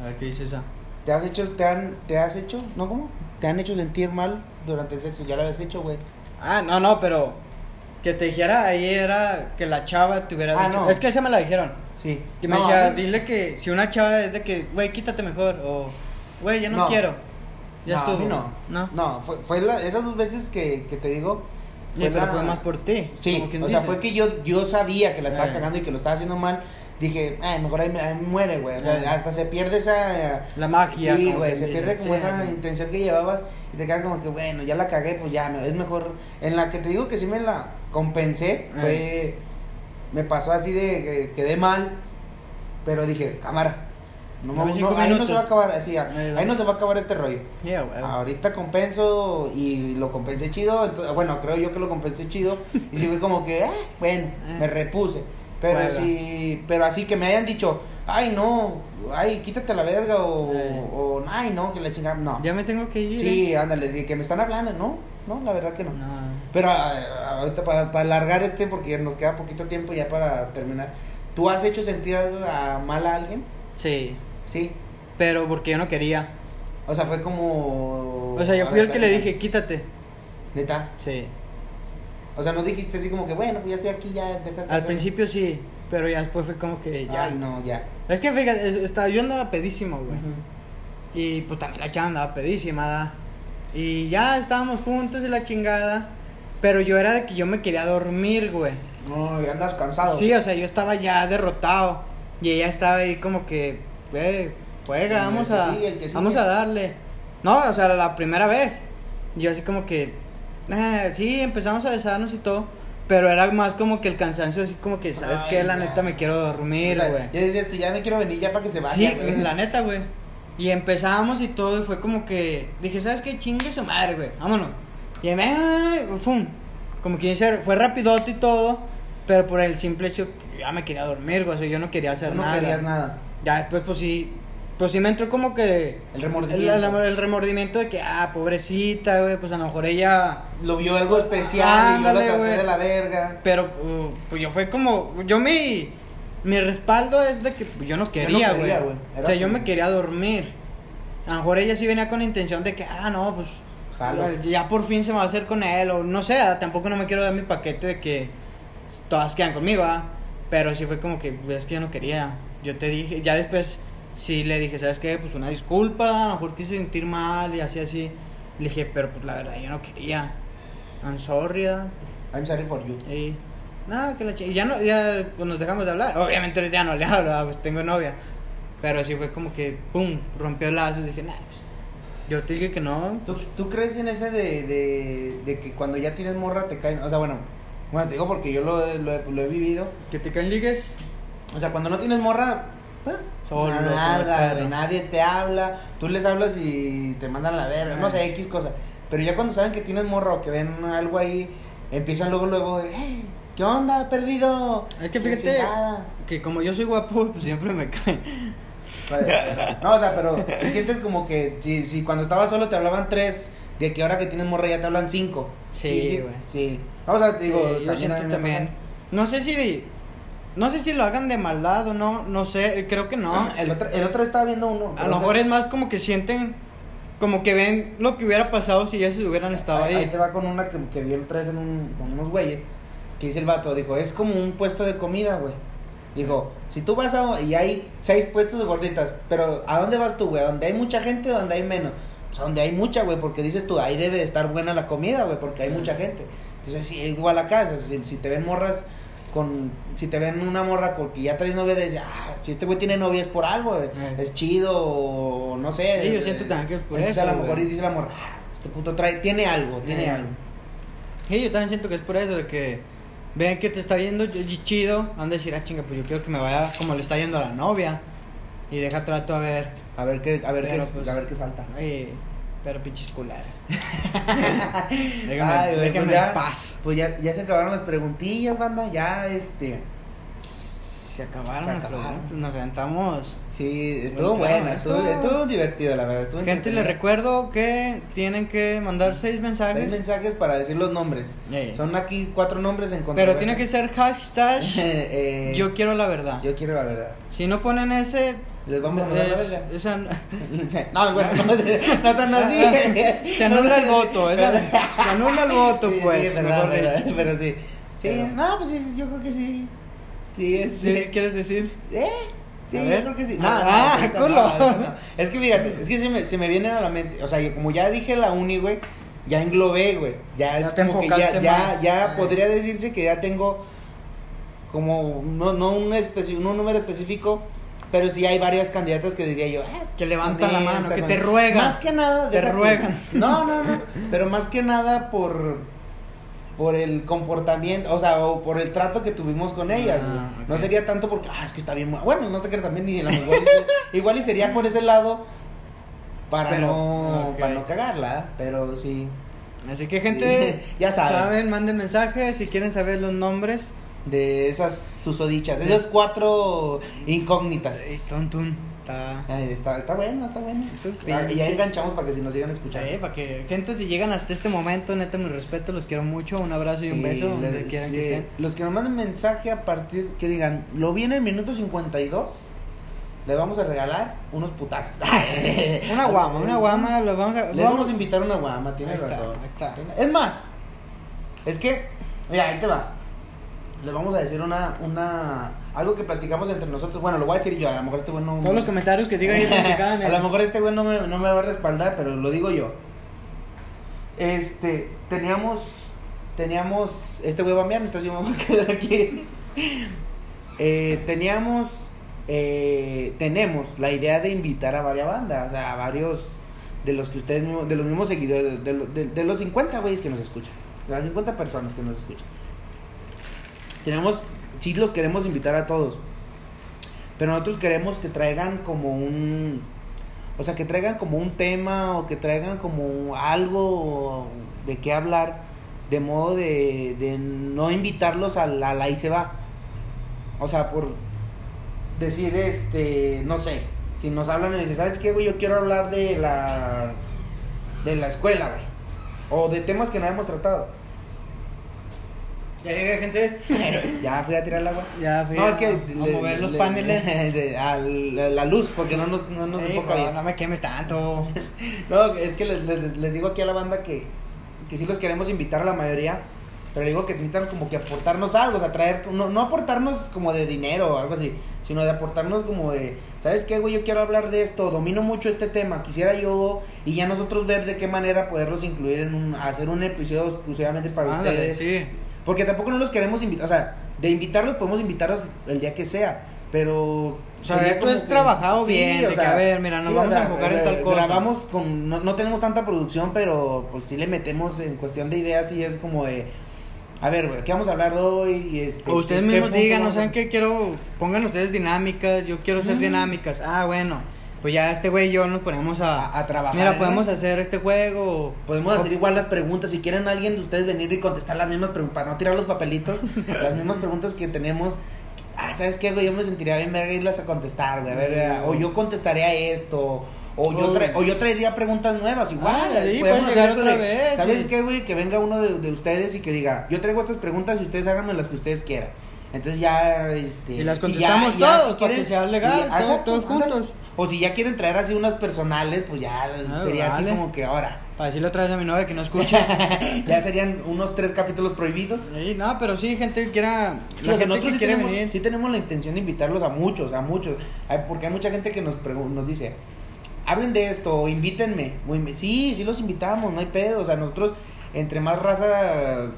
Speaker 1: A ver, ¿qué dice esa?
Speaker 2: ¿Te has hecho, te han, te has hecho, no cómo? ¿Te han hecho sentir mal durante el sexo? Ya lo habías hecho, güey.
Speaker 1: Ah, no, no, pero que te dijera ahí era que la chava te hubiera
Speaker 2: Ah,
Speaker 1: dicho.
Speaker 2: no.
Speaker 1: Es que esa me la dijeron.
Speaker 2: Sí.
Speaker 1: Que me
Speaker 2: No,
Speaker 1: decía,
Speaker 2: no.
Speaker 1: dile que si una chava es de que, güey, quítate mejor, o, güey, ya no,
Speaker 2: No.
Speaker 1: quiero. Ya
Speaker 2: no, a
Speaker 1: estuvo.
Speaker 2: mí no.
Speaker 1: No.
Speaker 2: No, fue, fue la- esas dos veces que, que te digo.
Speaker 1: Sí, pero
Speaker 2: la-
Speaker 1: fue más por ti.
Speaker 2: Sí,
Speaker 1: como quien
Speaker 2: o sea,
Speaker 1: dice.
Speaker 2: fue que yo, yo sabía que la estaba
Speaker 1: Eh.
Speaker 2: cagando y que lo estaba haciendo mal. Dije, ay, mejor ahí, me- ahí muere, güey. O sea,
Speaker 1: Eh.
Speaker 2: hasta se pierde esa.
Speaker 1: La magia.
Speaker 2: Sí,
Speaker 1: como
Speaker 2: güey,
Speaker 1: quien
Speaker 2: se
Speaker 1: dice.
Speaker 2: pierde como
Speaker 1: Sí,
Speaker 2: esa
Speaker 1: sí.
Speaker 2: intención que llevabas y te quedas como que, bueno, ya la cagué, pues ya, no, es mejor. En la que te digo que sí me la compensé,
Speaker 1: Ah.
Speaker 2: fue. Me pasó así de que quedé mal, pero dije, cámara. No,
Speaker 1: Dame
Speaker 2: me-
Speaker 1: cinco
Speaker 2: no, ahí no
Speaker 1: minutos.
Speaker 2: se va a acabar, así,
Speaker 1: Ahí
Speaker 2: ahí
Speaker 1: va.
Speaker 2: no se va a acabar este rollo.
Speaker 1: Yeah, güey.
Speaker 2: Ahorita compenso y lo compensé chido. ento- bueno, creo yo que lo compensé chido. Y sí fue como que, ah, bueno,
Speaker 1: Eh.
Speaker 2: me repuse. Pero
Speaker 1: Juega.
Speaker 2: sí, pero así que me hayan dicho, ay, no, ay, quítate la verga o,
Speaker 1: Eh.
Speaker 2: o, ay, no, que la chingada, no.
Speaker 1: Ya me tengo que ir.
Speaker 2: Sí,
Speaker 1: eh.
Speaker 2: ándale, sí, que me están hablando, no, no, la verdad que no.
Speaker 1: No.
Speaker 2: Pero a- a- ahorita para, para alargar este, porque ya nos queda poquito tiempo ya para terminar. ¿Tú has hecho sentir algo a- mal a alguien?
Speaker 1: Sí,
Speaker 2: Sí.
Speaker 1: pero porque yo no quería.
Speaker 2: O sea, fue como...
Speaker 1: O sea, yo
Speaker 2: a
Speaker 1: fui
Speaker 2: ver,
Speaker 1: el que le
Speaker 2: platica.
Speaker 1: dije, quítate.
Speaker 2: Neta.
Speaker 1: Sí.
Speaker 2: O sea, no dijiste así como que, bueno, pues ya estoy aquí, ya déjate.
Speaker 1: Al principio sí, pero ya después fue como que ya.
Speaker 2: Ay, no, ya.
Speaker 1: Es que fíjate, es- estaba- yo andaba pedísimo, güey.
Speaker 2: Ujú.
Speaker 1: Y pues también la chava andaba pedísima, ¿da? Y ya estábamos juntos y la chingada. Pero yo era de que yo me quería dormir, güey.
Speaker 2: No, ya andas cansado.
Speaker 1: Sí, o sea, yo estaba ya derrotado. Y ella estaba ahí como que, güey, juega,
Speaker 2: El
Speaker 1: vamos
Speaker 2: que
Speaker 1: a,
Speaker 2: sigue, el que sigue.
Speaker 1: vamos a darle. No, o sea, la primera vez. Yo así como que, eh, sí, empezamos a besarnos y todo. Pero era más como que el cansancio, así como que, ¿sabes
Speaker 2: Ay,
Speaker 1: qué? La
Speaker 2: ya.
Speaker 1: neta me quiero dormir,
Speaker 2: O sea,
Speaker 1: güey.
Speaker 2: Ya decías tú, ya me quiero venir ya para que se vaya.
Speaker 1: Sí,
Speaker 2: güey.
Speaker 1: la neta, güey. Y empezamos y todo, y fue como que dije, ¿sabes qué? Chingue su madre, güey. Vámonos. Y me, ay, fum. Como quien dice, fue rapidote y todo, pero por el simple hecho, ya me quería dormir, güey. O sea, yo no quería hacer
Speaker 2: no
Speaker 1: nada.
Speaker 2: querías nada.
Speaker 1: Ya después, pues sí, pues sí me entró como que.
Speaker 2: El remordimiento.
Speaker 1: El, el- el remordimiento de que, ah, pobrecita, güey, pues a lo mejor ella.
Speaker 2: Lo vio algo especial y yo
Speaker 1: Ándale,
Speaker 2: lo traté
Speaker 1: güey.
Speaker 2: de la verga.
Speaker 1: Pero, uh, pues yo fue como, yo mi, mi respaldo es de que yo no quería, güey.
Speaker 2: quería, güey. Era
Speaker 1: o sea, yo
Speaker 2: como-
Speaker 1: me quería dormir. A lo mejor ella sí venía con la intención de que, ah, no, pues,
Speaker 2: Jalo.
Speaker 1: ya por fin se me va a hacer con él, o no sé, tampoco no me quiero dar mi paquete de que todas quedan conmigo, ¿ah? Pero sí fue como que, pues, es que yo no quería. Yo te dije, ya después sí le dije, ¿sabes qué? Pues una disculpa, a lo mejor te hice sentir mal y así, así. Le dije, pero pues la verdad yo no quería. I'm sorry, ah.
Speaker 2: I'm sorry for you.
Speaker 1: Y nada, que la chi- y ya no, ya pues, nos dejamos de hablar. Obviamente ahorita ya no le hablo, ah, pues tengo novia. Pero sí fue como que, pum, rompió el lazo y dije, nah, pues, yo te dije que no.
Speaker 2: ¿Tú, tú crees en ese de, de, de que cuando ya tienes morra te caen? O sea, bueno, bueno, te digo porque yo lo, he- lo he- lo he vivido.
Speaker 1: Que te caen ligues.
Speaker 2: O sea, cuando no tienes morra,
Speaker 1: pues, Solo, como el
Speaker 2: nada,
Speaker 1: perro.
Speaker 2: güey, nadie te habla, tú les hablas y te mandan a la verga, no sé, X cosa. Pero ya cuando saben que tienes morra o que ven algo ahí, empiezan luego, luego, de, "Hey, ¿qué onda, perdido?
Speaker 1: Es que
Speaker 2: Y la
Speaker 1: fíjate-
Speaker 2: chingada.
Speaker 1: Que como yo soy guapo, pues siempre me caen.
Speaker 2: No, o sea, pero te sientes como que si, si cuando estabas solo te hablaban tres, de que ahora que tienes morra ya te hablan cinco.
Speaker 1: Sí,
Speaker 2: sí,
Speaker 1: güey.
Speaker 2: sí. No, o sea, te digo,
Speaker 1: Sí, yo
Speaker 2: a mí
Speaker 1: siento
Speaker 2: me
Speaker 1: también.
Speaker 2: pasa.
Speaker 1: No sé si. No sé si lo hagan de maldad o no. No sé, creo que no.
Speaker 2: El otro, el otro estaba viendo uno.
Speaker 1: A lo mejor es más como que sienten. Como que ven lo que hubiera pasado si ya se hubieran estado
Speaker 2: ahí, ahí
Speaker 1: ahí.
Speaker 2: te va con una que, que vi el otra vez en un- con unos güeyes. Que dice el vato, dijo, es como un puesto de comida, güey. Dijo, si tú vas a... Y hay seis puestos de gorditas, pero ¿a dónde vas tú, güey? ¿A ¿Donde hay mucha gente o donde hay menos? Pues a donde hay mucha, güey, porque dices tú, ahí debe de estar buena la comida, güey, porque hay
Speaker 1: Mm.
Speaker 2: mucha gente. Entonces, sí, igual acá, o sea, si, si te ven morras con... Si te ven una morra con que ya traes novia, dices, ah, si este güey tiene novia es por algo, güey,
Speaker 1: Mm.
Speaker 2: es chido, o no sé.
Speaker 1: Sí, yo
Speaker 2: eh,
Speaker 1: siento también que es por
Speaker 2: entonces,
Speaker 1: eso,
Speaker 2: a lo mejor
Speaker 1: güey.
Speaker 2: y dice la morra, "Ah, este puto trae, tiene algo, tiene
Speaker 1: Eh.
Speaker 2: algo.
Speaker 1: Sí, yo también siento que es por eso, de que ven que te está yendo y- y chido, van a decir, ah, chinga, pues yo quiero que me vaya como le está yendo a la novia. Y deja trato a ver.
Speaker 2: A ver qué, a ver qué,
Speaker 1: Pero, pues,
Speaker 2: a ver qué salta.
Speaker 1: Ay, pero pinches cular. déjame
Speaker 2: Ay, güey,
Speaker 1: déjame
Speaker 2: pues ya-
Speaker 1: en paz.
Speaker 2: Pues ya, ya se acabaron las preguntillas, banda, ya este.
Speaker 1: Se acabaron
Speaker 2: Se
Speaker 1: las
Speaker 2: acabaron.
Speaker 1: preguntas, nos aventamos.
Speaker 2: Sí, estuvo
Speaker 1: Muy
Speaker 2: buena,
Speaker 1: claro,
Speaker 2: estuvo,
Speaker 1: estuvo-
Speaker 2: estuvo divertido, la verdad. Estuvo
Speaker 1: Gente, les
Speaker 2: entretenido.
Speaker 1: recuerdo que tienen que mandar seis mensajes.
Speaker 2: Seis mensajes para decir los nombres.
Speaker 1: Ya, ya.
Speaker 2: Son aquí cuatro nombres en contra.
Speaker 1: pero tiene que ser hashtag
Speaker 2: eh,
Speaker 1: yo quiero la verdad.
Speaker 2: yo quiero la verdad.
Speaker 1: Si no ponen ese,
Speaker 2: Les vamos a mandar la
Speaker 1: es-
Speaker 2: verga.
Speaker 1: esa-
Speaker 2: No, bueno, no, no tan así.
Speaker 1: Ah, se anula el voto, esa- se anula el voto,
Speaker 2: Sí,
Speaker 1: pues.
Speaker 2: sí, es verdad,
Speaker 1: mejor
Speaker 2: verdad,
Speaker 1: dicho.
Speaker 2: pero sí. Sí,
Speaker 1: Pero-
Speaker 2: no, pues sí, yo creo que sí.
Speaker 1: Sí,
Speaker 2: Sí, es-
Speaker 1: sí, ¿Quieres decir?
Speaker 2: ¿Eh? Sí,
Speaker 1: A
Speaker 2: yo
Speaker 1: ver.
Speaker 2: creo que sí.
Speaker 1: Ah, ah,
Speaker 2: ahorita
Speaker 1: culo.
Speaker 2: ahorita no. Es que fíjate, es que se me, se me vienen a la mente. O sea, yo como ya dije la uni, güey, ya englobé, güey. Ya,
Speaker 1: Ya
Speaker 2: es
Speaker 1: te
Speaker 2: como que ya,
Speaker 1: enfocaste
Speaker 2: ya,
Speaker 1: más.
Speaker 2: ya
Speaker 1: Ah.
Speaker 2: podría decirse que ya tengo como, no, no un, especi- no un número específico, pero sí hay varias candidatas que diría yo, ah,
Speaker 1: Que levanta la mano,
Speaker 2: esta
Speaker 1: que
Speaker 2: con-
Speaker 1: te ruegan.
Speaker 2: Más que nada,
Speaker 1: Te
Speaker 2: deja tú.
Speaker 1: ruegan.
Speaker 2: No, no, no. Pero más que nada por por el comportamiento, o sea, o por el trato que tuvimos con ellas.
Speaker 1: Ah,
Speaker 2: güey. No
Speaker 1: ok.
Speaker 2: sería tanto porque, ah, es que está bien. bu- Bueno, no te creas también ni la igual, y- igual y sería por ese lado para
Speaker 1: Pero,
Speaker 2: no
Speaker 1: ok.
Speaker 2: para no cagarla, ¿eh? pero sí.
Speaker 1: Así que, gente,
Speaker 2: Ya saben.
Speaker 1: manden mensajes si quieren saber los nombres.
Speaker 2: De esas susodichas, esas cuatro incógnitas.
Speaker 1: Ey, Tun, tun, ta.
Speaker 2: Ay, está, está bueno, está bueno.
Speaker 1: Eso es
Speaker 2: Ah, Y ya
Speaker 1: pinche.
Speaker 2: enganchamos para que si nos sigan escuchando.
Speaker 1: Eh, para que gente si llegan hasta este momento, neta mi respeto, los quiero mucho, un abrazo y un
Speaker 2: Sí,
Speaker 1: beso donde
Speaker 2: le-
Speaker 1: quieran
Speaker 2: sí.
Speaker 1: que estén.
Speaker 2: Los que nos manden mensaje a partir que digan, lo vi en el minuto 52, le vamos a regalar unos putazos.
Speaker 1: Una guama, una guama, los vamos a
Speaker 2: Le vamos a invitar una guama, tienes
Speaker 1: Ahí está,
Speaker 2: razón.
Speaker 1: ahí está.
Speaker 2: Es más, es que, mira, ahí te va. Le vamos a decir una, una, algo que platicamos entre nosotros. Bueno, lo voy a decir yo, a lo mejor este güey no.
Speaker 1: todos los comentarios que digan
Speaker 2: A lo mejor este güey no me, no me va a respaldar, pero lo digo yo. Este, teníamos. Teníamos. Este güey va a enviar, entonces yo me voy a quedar aquí. Eh, teníamos. eh, tenemos la idea de invitar a varias bandas, o sea, a varios de los que ustedes mismos- de los mismos seguidores, de, lo- de- de los 50 güeyes que nos escuchan, de las 50 personas que nos escuchan. Tenemos, sí los queremos invitar a todos, pero nosotros queremos que traigan como un. O sea, que traigan como un tema o que traigan como algo de qué hablar. De modo de, de no invitarlos a la, la y se va. O sea, por decir, este, no sé. Si nos hablan y dicen, ¿sabes qué, güey? Yo quiero hablar de la. de la escuela, güey. O de temas que no hemos tratado.
Speaker 1: Ya llegué, gente.
Speaker 2: Ya fui a tirar el agua.
Speaker 1: Ya, fui
Speaker 2: No, es que.
Speaker 1: a, a mover los paneles.
Speaker 2: de- a la, la luz, porque no nos, no nos
Speaker 1: Ey,
Speaker 2: enfoca
Speaker 1: no,
Speaker 2: bien.
Speaker 1: no me quemes tanto.
Speaker 2: No, es que les, les- les digo aquí a la banda que, que sí los queremos invitar a la mayoría, pero digo que necesitan como que aportarnos algo, o sea, traer, no, no aportarnos como de dinero o algo así, sino de aportarnos como de, ¿sabes qué, güey? Yo quiero hablar de esto, domino mucho este tema, quisiera yo, y ya nosotros ver de qué manera poderlos incluir en un, hacer un episodio exclusivamente para
Speaker 1: Ándale,
Speaker 2: ustedes.
Speaker 1: sí.
Speaker 2: Porque tampoco no los queremos invitar, o sea, de invitarlos podemos invitarlos el día que sea, pero...
Speaker 1: O sea,
Speaker 2: sería
Speaker 1: esto
Speaker 2: como
Speaker 1: es trabajado bien, de que, a ver, mira, nos
Speaker 2: o
Speaker 1: vamos a enfocar en
Speaker 2: eh,
Speaker 1: tal cosa.
Speaker 2: Grabamos con, no, no tenemos tanta producción, pero pues sí le metemos en cuestión de ideas y es como de... A ver, güey, ¿qué vamos a hablar hoy? Y este,
Speaker 1: O ustedes
Speaker 2: ¿qué
Speaker 1: mismos
Speaker 2: punto
Speaker 1: digan, no
Speaker 2: vamos a-
Speaker 1: saben qué quiero, pongan ustedes dinámicas, yo quiero hacer
Speaker 2: Mm.
Speaker 1: dinámicas. Ah, bueno, pues ya este güey y yo nos ponemos a,
Speaker 2: A- a trabajar en
Speaker 1: Mira, podemos
Speaker 2: eso.
Speaker 1: hacer este juego.
Speaker 2: Podemos
Speaker 1: o-
Speaker 2: hacer igual las preguntas. Si quieren alguien de ustedes venir y contestar las mismas preguntas, para no tirar los papelitos, las mismas preguntas que tenemos. Ah, ¿sabes qué, güey? Yo me sentiría bien verga irlas a contestar, güey. A ver, eh, o yo contestaré a esto. O yo, tra- o yo traería preguntas nuevas, igual.
Speaker 1: Ah, sí,
Speaker 2: podemos
Speaker 1: puedes llegar
Speaker 2: hacer
Speaker 1: otra
Speaker 2: eso de,
Speaker 1: vez,
Speaker 2: ¿Sabes
Speaker 1: sí.
Speaker 2: qué, güey? Que venga uno de, de ustedes y que diga, yo traigo estas preguntas y ustedes háganme las que ustedes quieran. Entonces ya, este...
Speaker 1: Y las
Speaker 2: ya-
Speaker 1: contestamos
Speaker 2: ya
Speaker 1: todos
Speaker 2: si
Speaker 1: para
Speaker 2: quieren-
Speaker 1: que sea legal,
Speaker 2: y- ah,
Speaker 1: todos-
Speaker 2: exacto,
Speaker 1: todos
Speaker 2: ándale.
Speaker 1: juntos.
Speaker 2: O si ya quieren traer así unas personales, pues ya
Speaker 1: Ah,
Speaker 2: sería así
Speaker 1: vale.
Speaker 2: como que ahora.
Speaker 1: Para decirle otra vez a mi novia que no escucha.
Speaker 2: ya serían unos tres capítulos prohibidos.
Speaker 1: sí, no, pero sí, gente que quiera.
Speaker 2: Sí,
Speaker 1: la
Speaker 2: o sea,
Speaker 1: gente
Speaker 2: nosotros
Speaker 1: que
Speaker 2: sí
Speaker 1: quiere
Speaker 2: tenemos,
Speaker 1: venir.
Speaker 2: sí tenemos la intención de invitarlos a muchos, a muchos. Ay, Porque hay mucha gente que nos, pregun- nos dice, hablen de esto, o invítenme. O invi- Sí, sí los invitamos, no hay pedo. O sea, nosotros, entre más raza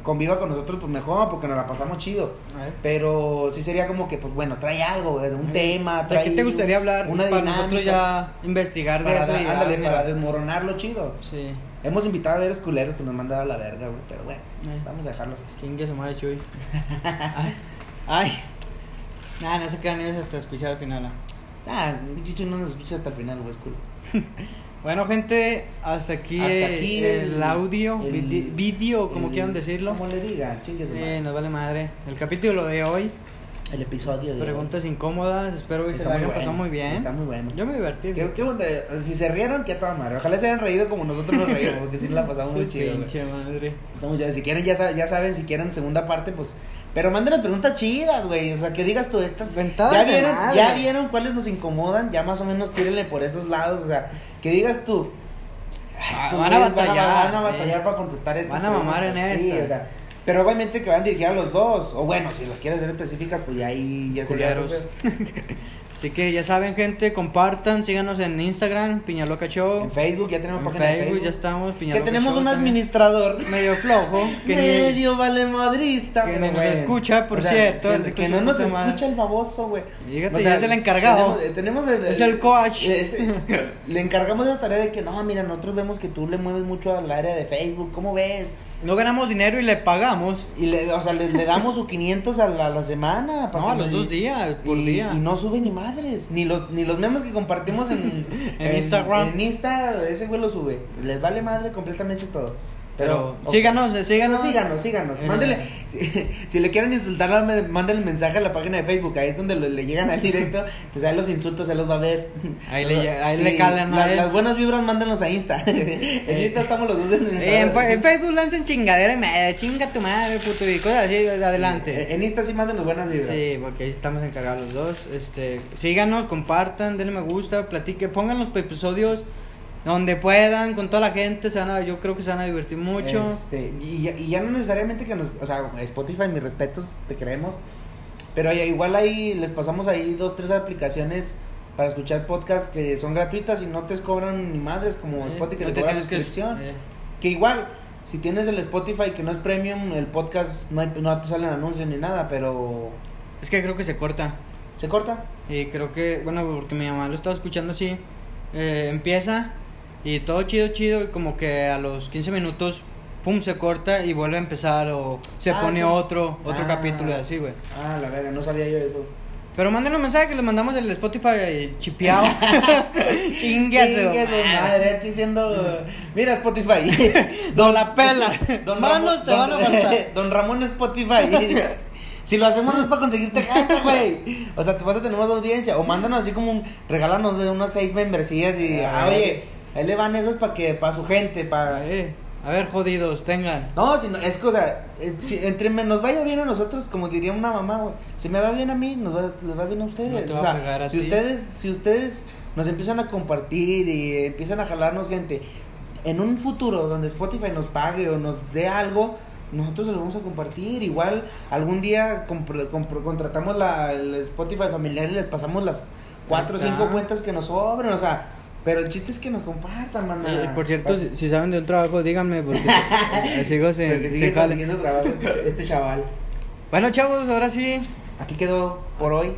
Speaker 2: conviva con nosotros, pues mejor, porque nos la pasamos chido.
Speaker 1: A ver.
Speaker 2: Pero sí sería como que, pues bueno, trae algo, güey, de un tema.
Speaker 1: ¿De
Speaker 2: Ah, Trae
Speaker 1: qué te gustaría hablar?
Speaker 2: Una
Speaker 1: para
Speaker 2: dinámica.
Speaker 1: nosotros ya investigar de
Speaker 2: Para,
Speaker 1: eso. y,
Speaker 2: da- ándale,
Speaker 1: ah, mira.
Speaker 2: para desmoronarlo chido.
Speaker 1: Sí.
Speaker 2: Hemos invitado a varios culeros que nos han mandado a la verga, güey. Pero bueno,
Speaker 1: Eh.
Speaker 2: vamos a dejarlos así.
Speaker 1: ¿Quién que se mueve Chuy? Ay. Ay. Nah, no se quedan ellos hasta escuchar al final. ah.
Speaker 2: Ah, mi chicho no nos escucha hasta el final, güey, es cool.
Speaker 1: Bueno, gente, hasta aquí,
Speaker 2: Hasta
Speaker 1: eh,
Speaker 2: aquí
Speaker 1: el,
Speaker 2: el-
Speaker 1: audio,
Speaker 2: el-
Speaker 1: vide- video, como
Speaker 2: el-
Speaker 1: quieran decirlo.
Speaker 2: Como le digan, chingue su
Speaker 1: Eh,
Speaker 2: madre.
Speaker 1: nos vale madre. El capítulo de hoy,
Speaker 2: El episodio de
Speaker 1: preguntas incómodas. Espero que se
Speaker 2: Está
Speaker 1: la
Speaker 2: muy
Speaker 1: hayan
Speaker 2: bueno,
Speaker 1: pasado muy bien.
Speaker 2: está muy bueno.
Speaker 1: Yo me divertí.
Speaker 2: Qué- qué bueno, eh, si se rieron, que a toda madre. Ojalá se hayan reído como nosotros nos reímos, porque sí la pasamos muy
Speaker 1: Su
Speaker 2: chido. güey.
Speaker 1: Pinche madre.
Speaker 2: Estamos ya- si quieren, ya, sa- ya saben, si quieren segunda parte, pues. Pero mándenos preguntas chidas, güey. O sea, que digas tú estas.
Speaker 1: Ventadas
Speaker 2: ya
Speaker 1: de
Speaker 2: vieron,
Speaker 1: madre.
Speaker 2: ya vieron cuáles nos incomodan, ya más o menos tírenle por esos lados. O sea, que digas tú.
Speaker 1: Ah,
Speaker 2: estos
Speaker 1: van a
Speaker 2: güeyes
Speaker 1: batallar,
Speaker 2: Van a, batallar
Speaker 1: eh.
Speaker 2: para contestar esto.
Speaker 1: Van a mamar en
Speaker 2: sí,
Speaker 1: estas.
Speaker 2: o sea, pero obviamente que van a dirigir a los dos. O bueno, si las quieres hacer específicas, pues ya ahí ya sería
Speaker 1: Culeros.
Speaker 2: otro pedo.
Speaker 1: Así que ya saben, gente, compartan, síganos en Instagram, Piñaloca Show.
Speaker 2: En Facebook ya tenemos
Speaker 1: En
Speaker 2: página de
Speaker 1: Facebook ya estamos,
Speaker 2: Que
Speaker 1: Piñaloca
Speaker 2: tenemos
Speaker 1: Show
Speaker 2: un
Speaker 1: también.
Speaker 2: administrador.
Speaker 1: medio flojo. Que ni-
Speaker 2: medio vale madrista,
Speaker 1: que
Speaker 2: pero
Speaker 1: ni nos
Speaker 2: bueno.
Speaker 1: escucha, por cierto, el
Speaker 2: Que,
Speaker 1: que
Speaker 2: no
Speaker 1: su
Speaker 2: nos
Speaker 1: puta madre.
Speaker 2: escucha el baboso, güey.
Speaker 1: Fíjate, ya es el encargado.
Speaker 2: Tenemos, tenemos el,
Speaker 1: Es el coach.
Speaker 2: es- eh, le encargamos la tarea de que, no, mira, nosotros vemos que tú le mueves mucho al área de Facebook, ¿cómo ves?
Speaker 1: No ganamos dinero y le pagamos.
Speaker 2: Y le, o sea, le, le damos sus 500 a la, a la semana. para
Speaker 1: No, a
Speaker 2: que
Speaker 1: los
Speaker 2: nos-
Speaker 1: dos días, por
Speaker 2: y,
Speaker 1: día.
Speaker 2: y no sube ni madres. Ni los, ni los memes que compartimos en,
Speaker 1: En Instagram.
Speaker 2: En Insta, ese güey lo sube. Les vale madre completamente todo. Pero,
Speaker 1: Pero, síganos, eh,
Speaker 2: Síganos,
Speaker 1: síganos.
Speaker 2: síganos, síganos.
Speaker 1: Eh.
Speaker 2: Mándele, si, si le quieren insultar, me- mándenle mensaje a la página de Facebook. Ahí es donde lo- le llegan al directo. Entonces ahí los insultos se los va a ver.
Speaker 1: Ahí le lle- ahí
Speaker 2: Sí,
Speaker 1: le calan a
Speaker 2: la-
Speaker 1: él.
Speaker 2: Las buenas vibras, mándenlos a Insta. en
Speaker 1: Eh.
Speaker 2: Insta estamos los dos en
Speaker 1: Eh, en, Fe- en Facebook lanzan chingadera y me eh, chinga tu madre, puto, y cosas así, eh, adelante.
Speaker 2: En Insta sí eh, mándenos buenas vibras.
Speaker 1: Sí, porque ahí estamos encargados los dos. Este, síganos, compartan, denle me gusta, platiquen, pongan los episodios donde puedan, con toda la gente, se van a- yo creo que se van a divertir mucho.
Speaker 2: Este, y, ya, y ya no necesariamente que nos. O sea, Spotify, mis respetos, te creemos. Pero ya- igual ahí les pasamos ahí dos, tres aplicaciones para escuchar podcasts que son gratuitas y no te cobran ni madres como
Speaker 1: Eh,
Speaker 2: Spotify que
Speaker 1: no
Speaker 2: te
Speaker 1: te
Speaker 2: cobra
Speaker 1: tienes que-
Speaker 2: suscripción. Que,
Speaker 1: eh,
Speaker 2: igual, si tienes el Spotify que no es premium, el podcast no, hay- no te salen anuncios ni nada, pero.
Speaker 1: es que creo que se corta.
Speaker 2: ¿Se corta?
Speaker 1: Y creo que, bueno, porque mi mamá lo estaba escuchando así. eh, empieza y todo chido, chido. Y como que a los 15 minutos, pum, se corta y vuelve a empezar. O se
Speaker 2: Ah,
Speaker 1: pone
Speaker 2: sí.
Speaker 1: otro, otro
Speaker 2: Ah.
Speaker 1: capítulo y así, güey.
Speaker 2: Ah, la verga, no sabía yo eso.
Speaker 1: Pero manden un mensaje que les mandamos el Spotify chipeado. Chingue a su
Speaker 2: Chingue su madre, aquí siendo. Mira, Spotify.
Speaker 1: Don la pela.
Speaker 2: Don
Speaker 1: Manos
Speaker 2: Ramón-
Speaker 1: te van a
Speaker 2: Don-
Speaker 1: faltar.
Speaker 2: Don Ramón Spotify. Si lo hacemos es para conseguirte gente, güey. O sea, te vas a tener más audiencia. O mándanos así como un. Regálanos de unas seis membresías y.
Speaker 1: Ah,
Speaker 2: ah, oye, ahí le van esas para que. Para su gente, para.
Speaker 1: Eh, a ver, jodidos, tengan.
Speaker 2: No, si no, es que, o sea, eh, si entre me nos vaya bien a nosotros, como diría una mamá, güey. Si me va bien a mí, nos va, les va bien a ustedes.
Speaker 1: No te va
Speaker 2: o
Speaker 1: a
Speaker 2: sea,
Speaker 1: pegar a
Speaker 2: si
Speaker 1: ti.
Speaker 2: ustedes, si ustedes nos empiezan a compartir y empiezan a jalarnos gente, en un futuro donde Spotify nos pague o nos dé algo, nosotros se lo vamos a compartir. Igual algún día compr- compr- contratamos la, el Spotify familiar y les pasamos las cuatro o
Speaker 1: Ahí está.
Speaker 2: cinco cuentas que nos sobren, o sea. Pero el chiste es que nos compartan, manda.
Speaker 1: Eh, por cierto,
Speaker 2: Pas-
Speaker 1: si, si saben de un trabajo, díganme. Porque sigo sin.
Speaker 2: porque sigue
Speaker 1: sin jale.
Speaker 2: consiguiendo trabajo este, este chaval.
Speaker 1: Bueno, chavos, ahora sí.
Speaker 2: Aquí quedó
Speaker 1: Ah.
Speaker 2: por hoy.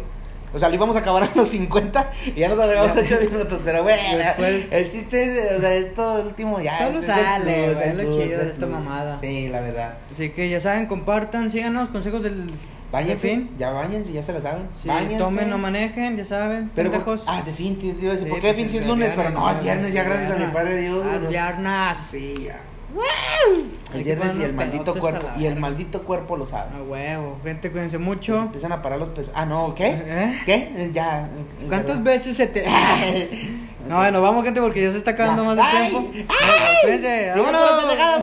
Speaker 2: O sea, lo íbamos a acabar a los 50 y ya nos alargamos
Speaker 1: Ya.
Speaker 2: 8 minutos, pero bueno.
Speaker 1: Después-
Speaker 2: el chiste es, de- o sea, esto último ya.
Speaker 1: Solo
Speaker 2: es- es el
Speaker 1: sale,
Speaker 2: plus,
Speaker 1: güey,
Speaker 2: el
Speaker 1: lo
Speaker 2: plus,
Speaker 1: chido de
Speaker 2: el
Speaker 1: esta
Speaker 2: plus.
Speaker 1: mamada.
Speaker 2: Sí, la verdad.
Speaker 1: Así que ya saben, compartan, síganos, consejos del...
Speaker 2: Báñense,
Speaker 1: del fin.
Speaker 2: ya báñense, ya se la saben.
Speaker 1: Sí,
Speaker 2: Báñense.
Speaker 1: tomen, no manejen, ya saben,
Speaker 2: pero,
Speaker 1: pendejos.
Speaker 2: Ah, de fin, tío, te iba a decir,
Speaker 1: Sí,
Speaker 2: ¿por qué de
Speaker 1: pues,
Speaker 2: fin si es
Speaker 1: el
Speaker 2: lunes? Pero no, es
Speaker 1: el
Speaker 2: viernes, ya gracias a mi
Speaker 1: viernes.
Speaker 2: padre Dios.
Speaker 1: Ah,
Speaker 2: bueno.
Speaker 1: viernes.
Speaker 2: Sí, ya.
Speaker 1: Hay
Speaker 2: El
Speaker 1: que
Speaker 2: viernes y
Speaker 1: poner
Speaker 2: el
Speaker 1: unos
Speaker 2: maldito
Speaker 1: pedotes a la
Speaker 2: cuerpo. Y el
Speaker 1: verga.
Speaker 2: maldito cuerpo lo sabe.
Speaker 1: A huevo, gente, cuídense
Speaker 2: Se
Speaker 1: mucho.
Speaker 2: ¿Eh? Empiezan a parar los pesos. Ah, no, ¿qué?
Speaker 1: ¿Eh?
Speaker 2: ¿Qué? Ya. eh,
Speaker 1: ¿Cuántas
Speaker 2: perdón.
Speaker 1: veces se te... No, bueno, vamos, gente, porque ya se está acabando
Speaker 2: Ya.
Speaker 1: más de
Speaker 2: ¡Ay!
Speaker 1: tiempo.
Speaker 2: ¡Ay!
Speaker 1: Espérense,
Speaker 2: Yo me
Speaker 1: vámonos.
Speaker 2: pendejada.